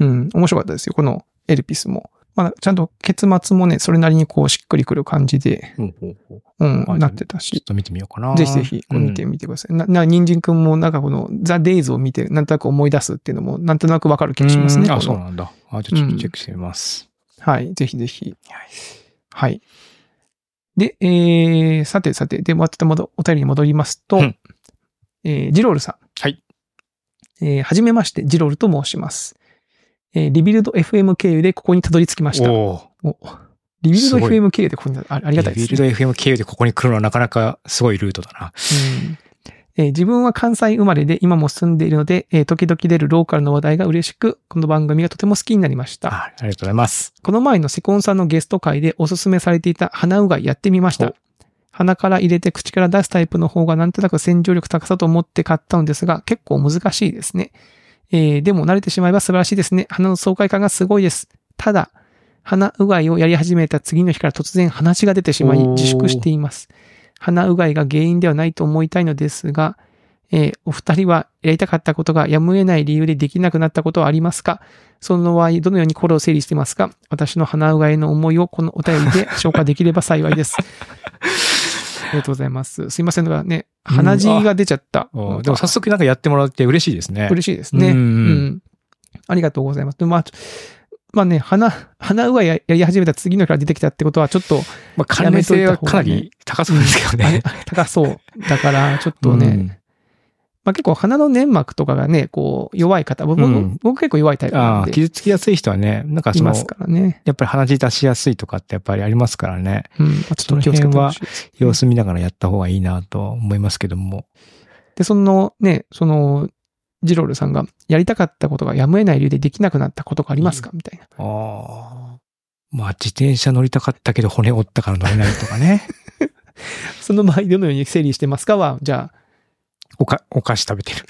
ー
うん、面白かったですよ、このエルピスも。まあ、ちゃんと結末もね、それなりにこう、しっくりくる感じで、
ほうほうほう
うん
は、い
なってた
ちょっ
し、
と見てみようかな。
ぜひぜひ、こう見てみてください。な、な、人参くんも、なんかこの、ザ・デイズを見て、なんとなく思い出すっていうのも、なんとなくわかる気
うん
がします
う
ね。
んあ、
こ
そ
の
うなんだ。あ、じゃあちょっとチェックしてみます。
はい、ぜひぜひ。
はい
はい。で、えー、さてさて、で、またまたお便りに戻りますと、
うん
えージロールさん。
はい。
えーはじめまして、ジロールと申します。えーリビルド FM 経由でここにたどり着きました。
おー
おリビルド
すごい
FM 経由でここにあありがたいです、ね。
ビルド FM 経由でここに来るのはなかなかすごいルートだな。
うんえー自分は関西生まれで今も住んでいるので、えー時々出るローカルの話題が嬉しく、この番組がとても好きになりました。
あありがとうございます。
この前のセコンさんのゲスト会でおすすめされていた鼻うがいやってみまし
お
た。鼻から入れて口から出すタイプの方がなんとなく洗浄力高さと思って買ったのですが、結構難しいですね。えーでも慣れてしまえば素晴らしいですね。鼻の爽快感がすごいです。ただ、鼻うがいをやり始めた次の日から突然鼻血が出てしまい
おー
自粛しています。鼻うがいが原因ではないと思いたいのですが、えーお二人はやりたかったことがやむを得ない理由でできなくなったことはありますかその場合、どのように心を整理していますか私の鼻うがいの思いをこのお便りで消化できれば幸いです。 *laughs* ありがとうございます。すいませんがね、
うん
鼻血が出ちゃった。
おーでも早速なんかやってもらって嬉しいですね。
嬉しいですね。
う
うんん。ありがとうございます。でまあ、ちょまあね、鼻、鼻うがいややり始めた次の日から出てきたってことは、ちょっと
まあ、関連性はかなり高そうですけど *laughs* ね。
高そう。だから、ちょっとね、まあ結構鼻の粘膜とかがね、こう、弱い方、僕,、
うん
僕結構弱いタイプな
あ
ん
あ、
で、
傷つきやすい人はね、なんか
い
その、
ますからね。
やっぱり鼻血出しやすいとかってやっぱりありますからね、
うん。まあ、ちょっと気をつけてほしいですね
様子見ながらやった方がいいなとは思いますけども。
で、そのね、その、ジロールさんが、やりたかったことがやむを得ない理由でできなくなったことがありますかみたいな。 *laughs*
ああ。まあ、自転車乗りたかったけど骨折ったから乗れないとか *laughs* ね。
その場合、どのように整理してますかは、じゃあ、
おか、お菓子食べてる。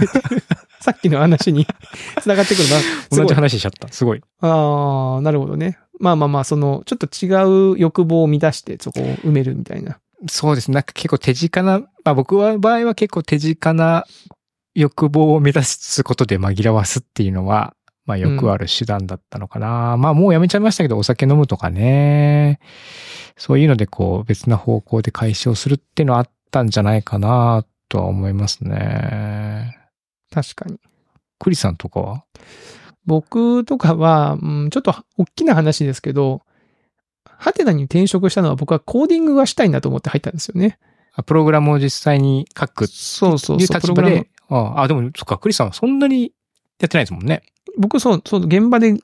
*laughs*
さっきの話に *laughs* 繋がってくるな。す
同
ご
じ
い。
話しちゃった。すごい。
ああ、なるほどね。まあまあまあ、その、ちょっと違う欲望を満たして、そこを埋めるみたいな。
そうですね。なんか結構手近な、まあ僕は場合は結構手近な欲望を目指すことで紛らわすっていうのは、まあよくある手段だったのかな。まあもうやめちゃいましたけど、お酒飲むとかね。そういうのでこう別な方向で解消するっていうのはあったんじゃないかなとは思いますね。
確かに。
クリさんとかは
僕とかは、うん、ちょっと大きな話ですけど、ハテナに転職したのは僕はコーディングがしたいんだと思って入ったんですよね。
あプログラムを実際に書くって
そうそうそ
い
う。
う立
プ
場
ログラム
で。ああ、でもそっか、クリさんはそんなにやってないですもんね。
僕そう、そう、現場で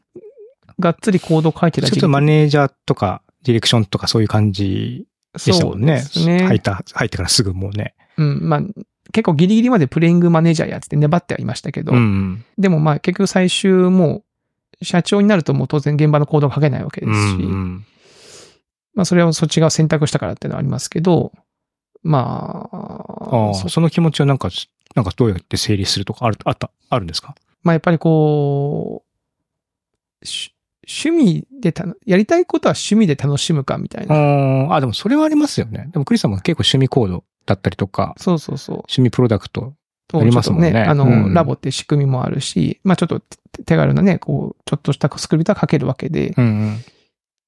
がっつりコード書いて
ちょ
た
っ
時期
とマネージャーとかディレクションとかそういう感じでしたもんね。
そうです
入っ
ね。
た、入ってからすぐもうね。
うん、まあ、結構ギリギリまでプレイングマネージャーやってて粘ってはいましたけど、
うん。
でもまあ結局最終もう、社長になるともう当然現場の行動が書けないわけですし、
うん
まあそれはそっち側選択したからっていうのはありますけど、まあ、
ああ、
そう
その気持ちをなんか、なんかどうやって整理するとかある、あった、あるんですか
まあやっぱりこう、し趣味でたの、やりたいことは趣味で楽しむかみたいうな。
ん。あ、でもそれはありますよね。でもクリスさんも結構趣味行動だったりとか、
そうそうそう。
趣味プロダクト。
と
ありますもんね
ちょっとあの、
うん
ラボって仕組みもあるし、まあちょっと手手軽なね、こう、ちょっとしたスクリプトは書けるわけで、
うん、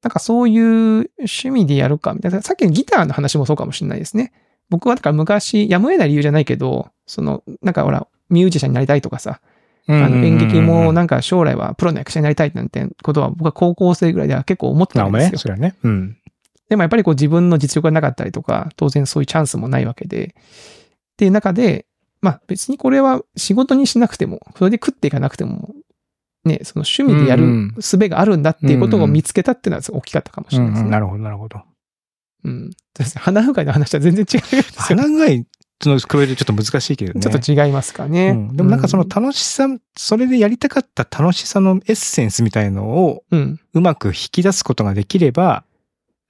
なんかそういう趣味でやるか、みたいな。さっきのギターの話もそうかもしれないですね。僕はだから昔、やむを得ない理由じゃないけど、その、なんかほら、ミュージシャンになりたいとかさ、あの演劇も
な
なんか将来はプロの役者になりたいなんてことは僕は高校生ぐらいでは結構思ってた
お
んで
前
す
ね、
よ。
それはね。うん。
でもやっぱりこう自分の実力がなかったりとか、当然そういうチャンスもないわけで、っていう中で、まあ別にこれは仕事にしなくても、それで食っていかなくても、ね、その趣味でや
うん
る
うん
術があるんだっていうことを見つけたっていうのは大きかったかもし
う
れない
ん
で
うん
すね
な。るほど、なるほど。
うん。そうです花うがいの話は全然違うんですよ。
花具合の比べるとちょっと難しいけどね。
ちょっと違いますかね。
うんでもなんかその
う
楽しさ、それでやりたかった楽しさのエッセンスみたいのを
うん。
うまく引き出すことができれば、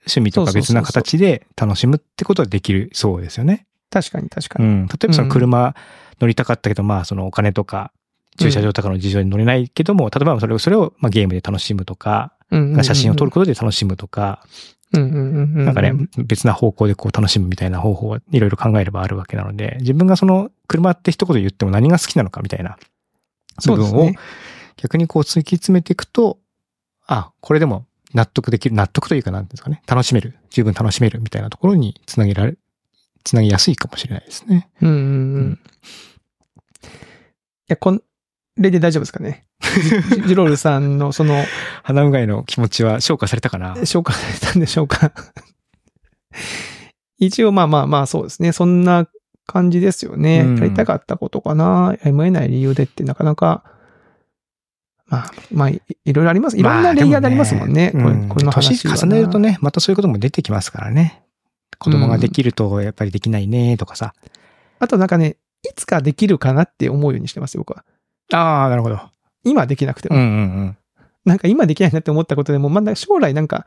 趣味とか別な形で楽しむってことはできるそうですよね。
確かに確か
う
に。
ん。例えばその車乗りたかったけど、まあそのお金とか駐車場とかの事情に乗れないけども、例えばそれを、それをまあゲームで楽しむとか、
うんうんうん
写真を撮ることで楽しむとか、
うんうんうんうん。
なんかね、別な方向でこう楽しむみたいな方法はいろいろ考えればあるわけなので、自分がその車って一言言っても何が好きなのかみたいな
そ
部
うで
分
す
を
ね。
逆にこう突き詰めていくと、あ、これでも納得できる、納得というかなんですかね、楽しめる、十分楽しめるみたいなところにつなげられ、つなげやすいかもしれないですね。
うんうんう
うん
ん。いや、これで大丈夫ですかね。ジ *laughs* ジロールさんのその、
花うがいの気持ちは消化されたかな
紹介されたんでしょうか。 *laughs* 一応まあまあまあそうですね。そんな感じですよね。
うん
やりたかったことかな。やむを得ない理由でってなかなか、まあ、まあ、いいろいろあります。いろんなレイヤーでありますもんね。
まあで
これ
も
これの話
年重ねるとね、またそういうことも出てきますからね。子供ができるとやっぱりできないねとかさ。
あとなんかね、いつかできるかなって思うようにしてます、僕は。
ああ、なるほど。
今できなくて
う
も。
んうんうん。
なんか今できないなって思ったことでも、まだ将来なんか、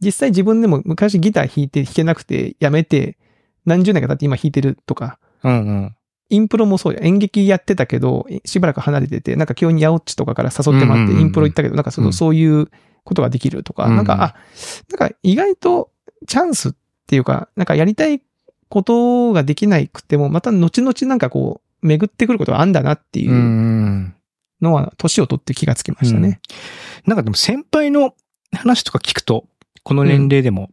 実際自分でも昔ギター弾いて弾けなくてやめて、何十年か経って今弾いてるとか、
うんうん。
インプロもそうじゃん。演劇やってたけど、しばらく離れてて、なんか急に八百チとかから誘ってもら
うんうん
っ
う
て、
ん
インプロ行ったけど、なんかその、
うん
そういうことができるとか、
うんうん
なんか、あ、なんか意外とチャンスっていうか、なんかやりたいことができなくても、また後々なんかこう、巡ってくることがあんだなってい
うんう。
うんのは、年を取って気がつきましたね。
うんなんかでも先輩の話とか聞くと、この年齢でも、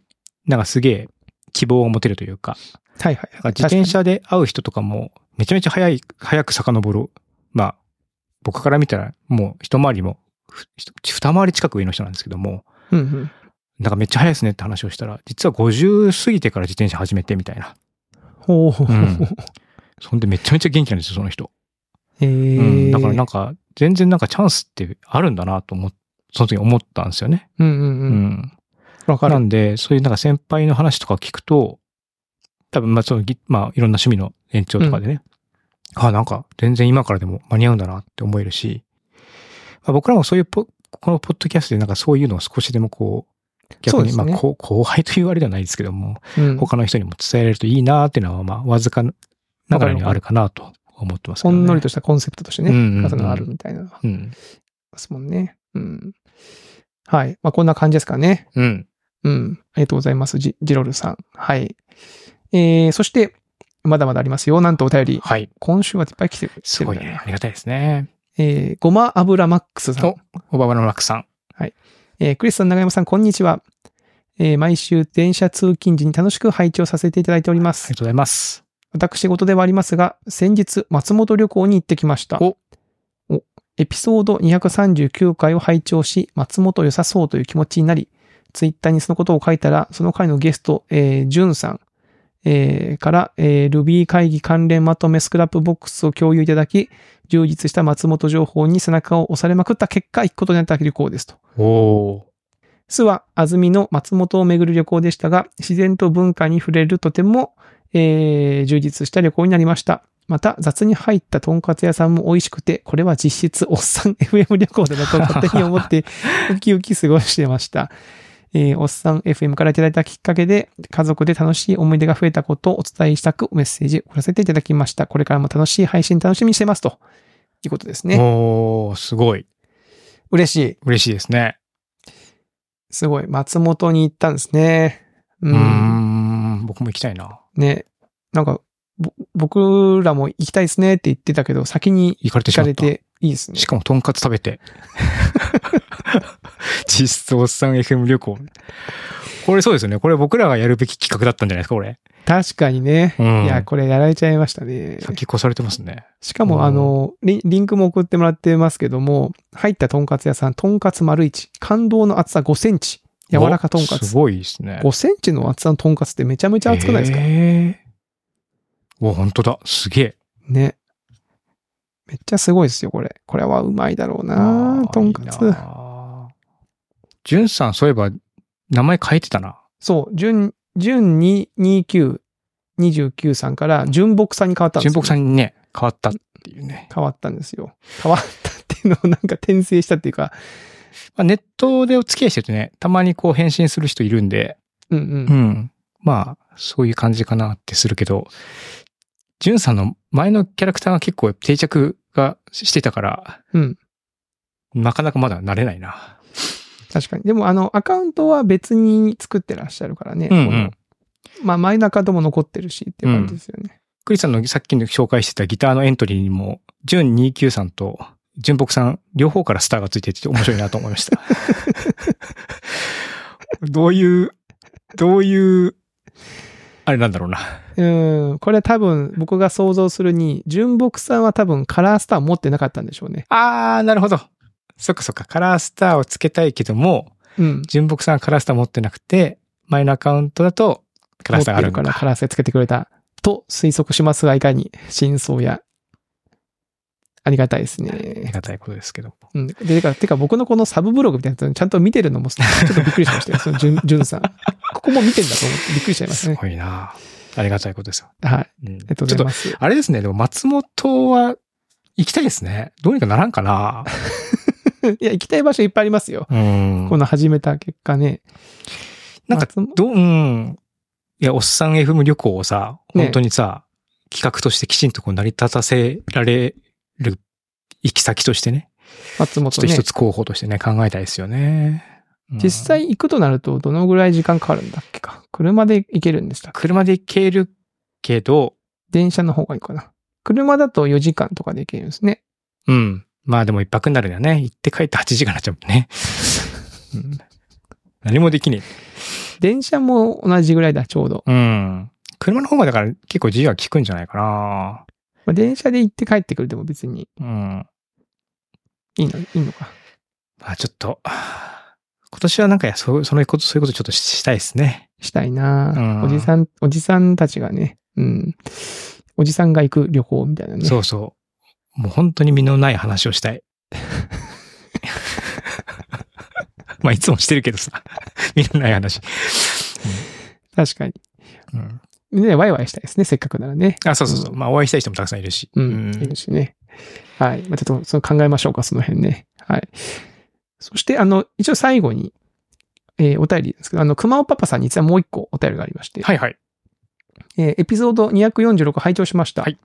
なんかすげえ希望を持てるというか、
はいはい。
なんか自転車で会う人とかも、めちゃめちゃ早い、早く遡る。まあ、僕から見たら、もう一回りも、ふひと二回り近く上の人なんですけども、
確かに。うんうん。
なんかめっちゃ早いですねって話をしたら、実は50過ぎてから自転車始めてみたいな。
ほうほうほうほう。
そんでめちゃめちゃ元気なんですよ、その人。
へ
う
え。
ん。だからなんか、全然なんかチャンスってあるんだなと思っ、その時思ったんですよね。
うんうん
う
うん。
ん
わか
な
る。
んで、そういうなんか先輩の話とか聞くと、多分まあそのぎ、まあいろんな趣味の延長とかでね、あなんか全然今からでも間に合うんだなって思えるし、まあ、僕らもそういうポ、このポッドキャストでなんかそういうのを少しでもこう、逆に、
そうです
ま
ね
あこう後輩というあれではないですけども、
うん
他の人にも伝えられるといいなっていうのは、まあわずかながらにはあるかなと思ってますけ
ほ
どね。
んのりとしたコンセプトとして
うんう
ね、
んうん
数があるみたいな。
うん。
ますもんね。うん。はい。まあ、こんな感じですかね。
うん。
うん。ありがとうございます。ジジロルさん。はい。えー、そして、まだまだありますよ。なんとお便り。
はい。
今週はいっぱい来てる。
すごい
来てるん
ね
だ。
ありがたいですね。
な。えー、ごま油マックスさん
お。小ババのマックさん。
えー、クリスさん、長山さん、こんにちは。えー、毎週電車通勤時に楽しく拝聴させていただいておりま
あ
す
りが。とうございます。
私事ではありますが、先日、松本旅行に行ってきました。
お
おエピソード239回を拝聴し、松本良さそうという気持ちになり、ツイッターにそのことを書いたら、その回のゲスト、えー、ジュンさん、えーから、えー、Ruby 会議関連まとめスクラップボックスを共有いただき、充実した松本情報に背中を押されまくった結果、行くことになった旅行ですと。
おお
巣は安曇の松本を巡る旅行でしたが、自然と文化に触れるとても、えー充実した旅行になりました。また、雑に入ったとんかつ屋さんも美味しくて、これは実質おっさん *laughs* FM 旅行だなと勝手に思って、ウキウキ過ごしてました。えーおっさん FM からいただいたきっかけで、家族で楽しい思い出が増えたことをお伝えしたくメッセージを送らせていただきました。これからも楽しい配信楽しみにしてます。ということですね。
おおすごい。
嬉しい。
嬉しいですね。
すごい。松本に行ったんですね。
う
う
ー
ん
ん、僕も行きたいな。
ね、なんか、ぼ僕らも行きたいですねって言ってたけど、先に
行かれて
聞
しま
か
った。
れて、いいですね
し。かもとんかつ食べて。 *laughs* 実質おっさん FM 旅行。これそうですよね。これ僕らがやるべき企画だったんじゃないですか、これ。
確かにね。
うん
いや、これやられちゃいましたね。
先越されてますね。
しか
う
も、
ん
あの、リンリンクも送ってもらってますけども、入ったとんかつ屋さん、とんかつ丸一、感動の厚さ5センチ、柔らかとんか
す
つ。
ごいですね。
5センチの厚さのとんかつってめちゃめちゃ厚くないですか、
えー、お、本当だ。すげえ。
ね。めっちゃすごいですよ、これ。これはうまいだろう
あ
な
ー
とんか。
いい
つ。
なじゅんさん、そういえば、名前変えてたな。
そう、順、順に29、29さんから純木さんに変わったんです
純
よ。
木さんにね、変わったっていうね。
変わったんですよ。変わったっていうのをなんか転生したっていうか、
まあ、ネットでお付き合いしてるとね、たまにこう返信する人いるんで、
うん
う
うん。
ん。まあ、そういう感じかなってするけど、ジュンさんの前のキャラクターが結構定着がしてたから、
うん。
なかなかまだ慣れないな。
確かに。でも、あの、アカウントは別に作ってらっしゃるからね。
うんうん
このまあ、マイナーカードも残ってるしっていう感じですよね。
クリスさんのさっきの紹介してたギターのエントリーにも、ジュン29さんと、純木さん、両方からスターがついてて面白いなと思いま *laughs* した。どういう、どういう、あれなんだろうな。
うん、これ多分、僕が想像するに、純木さんは多分カラースター持ってなかったんでしょうね。
あー、なるほど。そっかそっか。カラースターをつけたいけども、
うん。
純木さんはカラースター持ってなくて、前のアカウントだとカラースターがある
持って
の
るから
か。
カラースターつけてくれた。と推測しますが、いかに真相や。ありがたいです
あり
ね。
がたいことですけど。
うん。で、てか、てか僕のこのサブブログみたいなやつちゃんと見て
*laughs*
るのも、ちょっとびっくりしましたよ。その、じゅん、じゅんさん。ここも見てんだと思ってびっくりしちゃいますしたね。
ごいな *laughs* ありがたいことですよ。
はい。あ
うん
りがとうご
ちょ
ざい
っと、
ます。
あれですね。でも松本は行きたいですね。どうにかならんかな
いや、行きたい場所いっぱいありますよ。
うん
こ。の始めた結果ね。
なんか
松本
どう、うん。いや、おっさん FM 旅行をさ、
ね
本当にさ、企画としてきちんとこう成り立たせられる行き先としてね、
松
ちょっ
本
と
ね
一。つ候補としてね、考えたいですよね。うん
実際行くとなると、どのぐらい時間かかるんだっけか。車で行けるんでしたっけ
車で行けるけど、
電車の方がいいかな。車だと4時間とかで行けるんですね。
うん。まあでも一泊になるよね。行って帰って8時間になっちゃうもんね。 *laughs* うん何もできね
電車も同じぐらいだ、ちょうど。
え。うん。車の方がだから結構自由は効くんじゃないか
まあ、電車で行って帰ってくるでも別に
な。うん。
いいの、いいのか。
まあちょっと、今年はなんかそうそのこと、そういうことちょっとしたいですね。
したいうなんぁおじさん、おじさんたちがね、うん。おじさんが行く旅行みたいなね。
そうそう。もう本当に身のない話をした *laughs* い。まあいつもしてるけどさ。身のない話。
確かに。
うん。
みんなでワイワイしたいですね、せっかくならね。
あ、そうそうそう。まあお会いしたい人もたくさんいるし。
うん。いるしね。はい。まあ、ちょっと、その考えましょうか、その辺ね。はい。そして、あの、一応最後に、えーお便りですけど、あの、熊尾パパさんに実はもう一個お便りがありまして、
はいはい。
えーエピソード246拝聴しました。
はい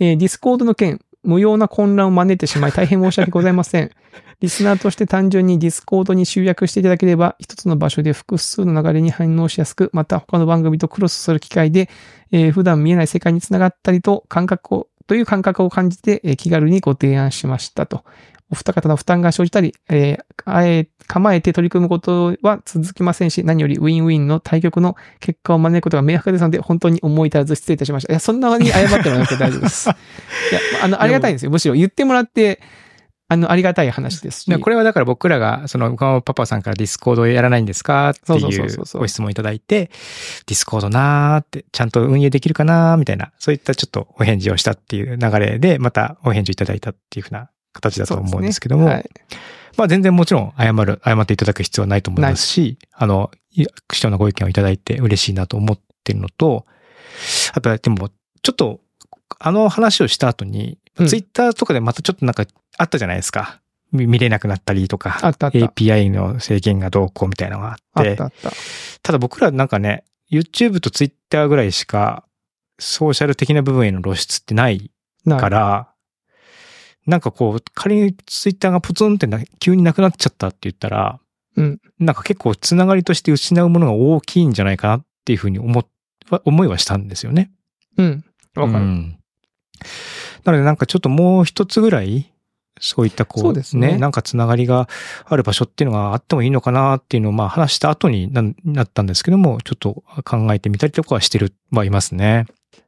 えーディスコードの件、無用な混乱を招いてしまい大変申し訳ございません。リスナーとして単純にディスコードに集約していただければ、一つの場所で複数の流れに反応しやすく、また他の番組とクロスする機会で、えー普段見えない世界につながったりと感覚を、という感覚を感じて、えー気軽にご提案しましたと。お二方の負担が生じたり、えーあえ、構えて取り組むことは続きませんし、何よりウィンウィンの対局の結果を招くことが明白ですので、本当に思い至らず失礼いたしました。いや、そんなに謝ってもらなくて大丈夫です。いや、あの、ありがたいんですよ。むしろ言ってもらって、あの、ありがたい話ですし。
ねこれはだから僕らが、その、岡本パパさんからディスコードやらないんですかって
そうそう
い
そう
う
そうそう
ご質問いただいて、ディスコードなーって、ちゃんと運営できるかなーみたいな、そういったちょっとお返事をしたっていう流れで、またお返事いただいたっていうふうな形だと思うんですけども、
そうですね
まあ全然もちろん謝る、謝っていただく必要はないと思いますし、あの、い貴重なご意見をいただいて嬉しいなと思ってるのと、あとはでも、ちょっと、あの話をした後に、
うん
ツイッターとかでまたちょっとなんかあったじゃないですか。み見れなくなったりとか、
あったあった
API の制限がどうこうみたいなのがあっ
はい、
て、
あったあった。
ただ僕らなんかね、YouTube と Twitter ぐらいしか、ソーシャル的な部分への露出ってない
な
から、なんかこう、仮にツイッターがポツンってな急になくなっちゃったって言ったら、
うん
なんか結構つながりとして失うものが大きいんじゃないかなっていうふうに思っは思いはしたんですよね。
うん。わか
う
る。
んなのでなんかちょっともう一つぐらい、そういったこう、
そうですね
なんかつながりがある場所っていうのがあってもいいのかなっていうのを、まあ話した後にななったんですけども、ちょっと考えてみたりとかはしてる、はいますね。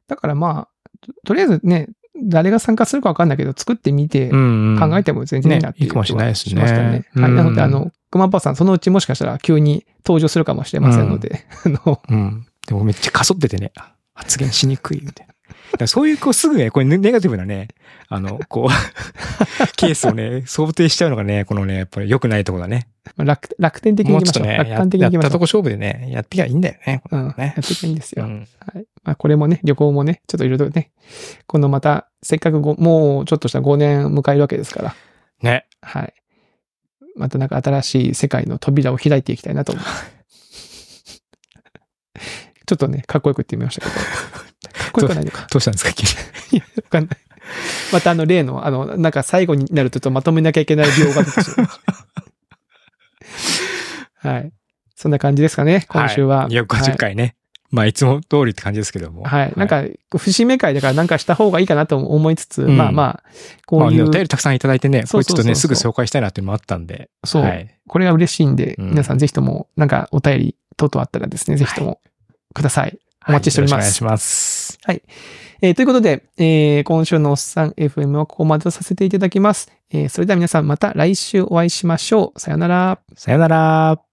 だからまあ、ととりあえずね、誰が参加するかわかんないけど、作ってみて、
うん、うん。
考えても全然いいなっていう、
ねいいかもしれないですね
しましたね。
うん
はい。なので、あの、熊パパさん、そのうちもしかしたら急に登場するかもしれませんので、あの、
うん。でもめっちゃかそっててね、あ発言しにくいみたいな。だからそういうこうすぐね、これネネガティブなね、あの、こう、 *laughs* ケースをね、想定しちゃうのがね、このね、やっぱり良くないとこだね。
*laughs* まあ楽楽天的に
も
いうき
ちょ
ま
っと
しょう。
ね、
楽
や
観的に
やっ
いきま
た
しょ
と
う。
こ勝負でね、やってきゃいいんだよね。
うん、
ね
やっていけばいいんです
う
よ。
ん。
はい。まあ、これもね、旅行もね、ちょっといろいろね、このまた、せっかくご、もうちょっとした5年迎えるわけですから、
ね。
はい。またなんか新しい世界の扉を開いていきたいなと思います。 *laughs* ちょっとね、 *laughs* かっこよく言ってみましたけど。かっこよくはないのか。
どうしたんですか、急に
いや、わかんない。またあの例の、あの、なんか最後になるとちょっとまとめなきゃいけない秒が出てきて *laughs* るはい。そんな感じですかね、今週は。
い、250回ね。まあ、いつも通りって感じですけども。
はい。はい。なん、か、節目会だからなんかした方がいいかなと思いつつ、
うん
まあまあ、
ま
こ
あ
う
ね
い
お
う、
便りたくさんいただいてね、こ
そう
れ
そ
ち
う
ょ
そうそ
っ
う
とね、すぐ紹介したいなっていうのもあったんで。
そう
はい。
これが嬉しいんで、
うん
皆さんぜひとも、なんかお便り等々あったらですね、ぜひともください。お待ちしており
は
ます
いよろしくお願いします。
えーということで、えー今週のおっさん FM はここまでとさせていただきます。えーそれでは皆さんまた来週お会いしましょう。さよなら。
さよなら。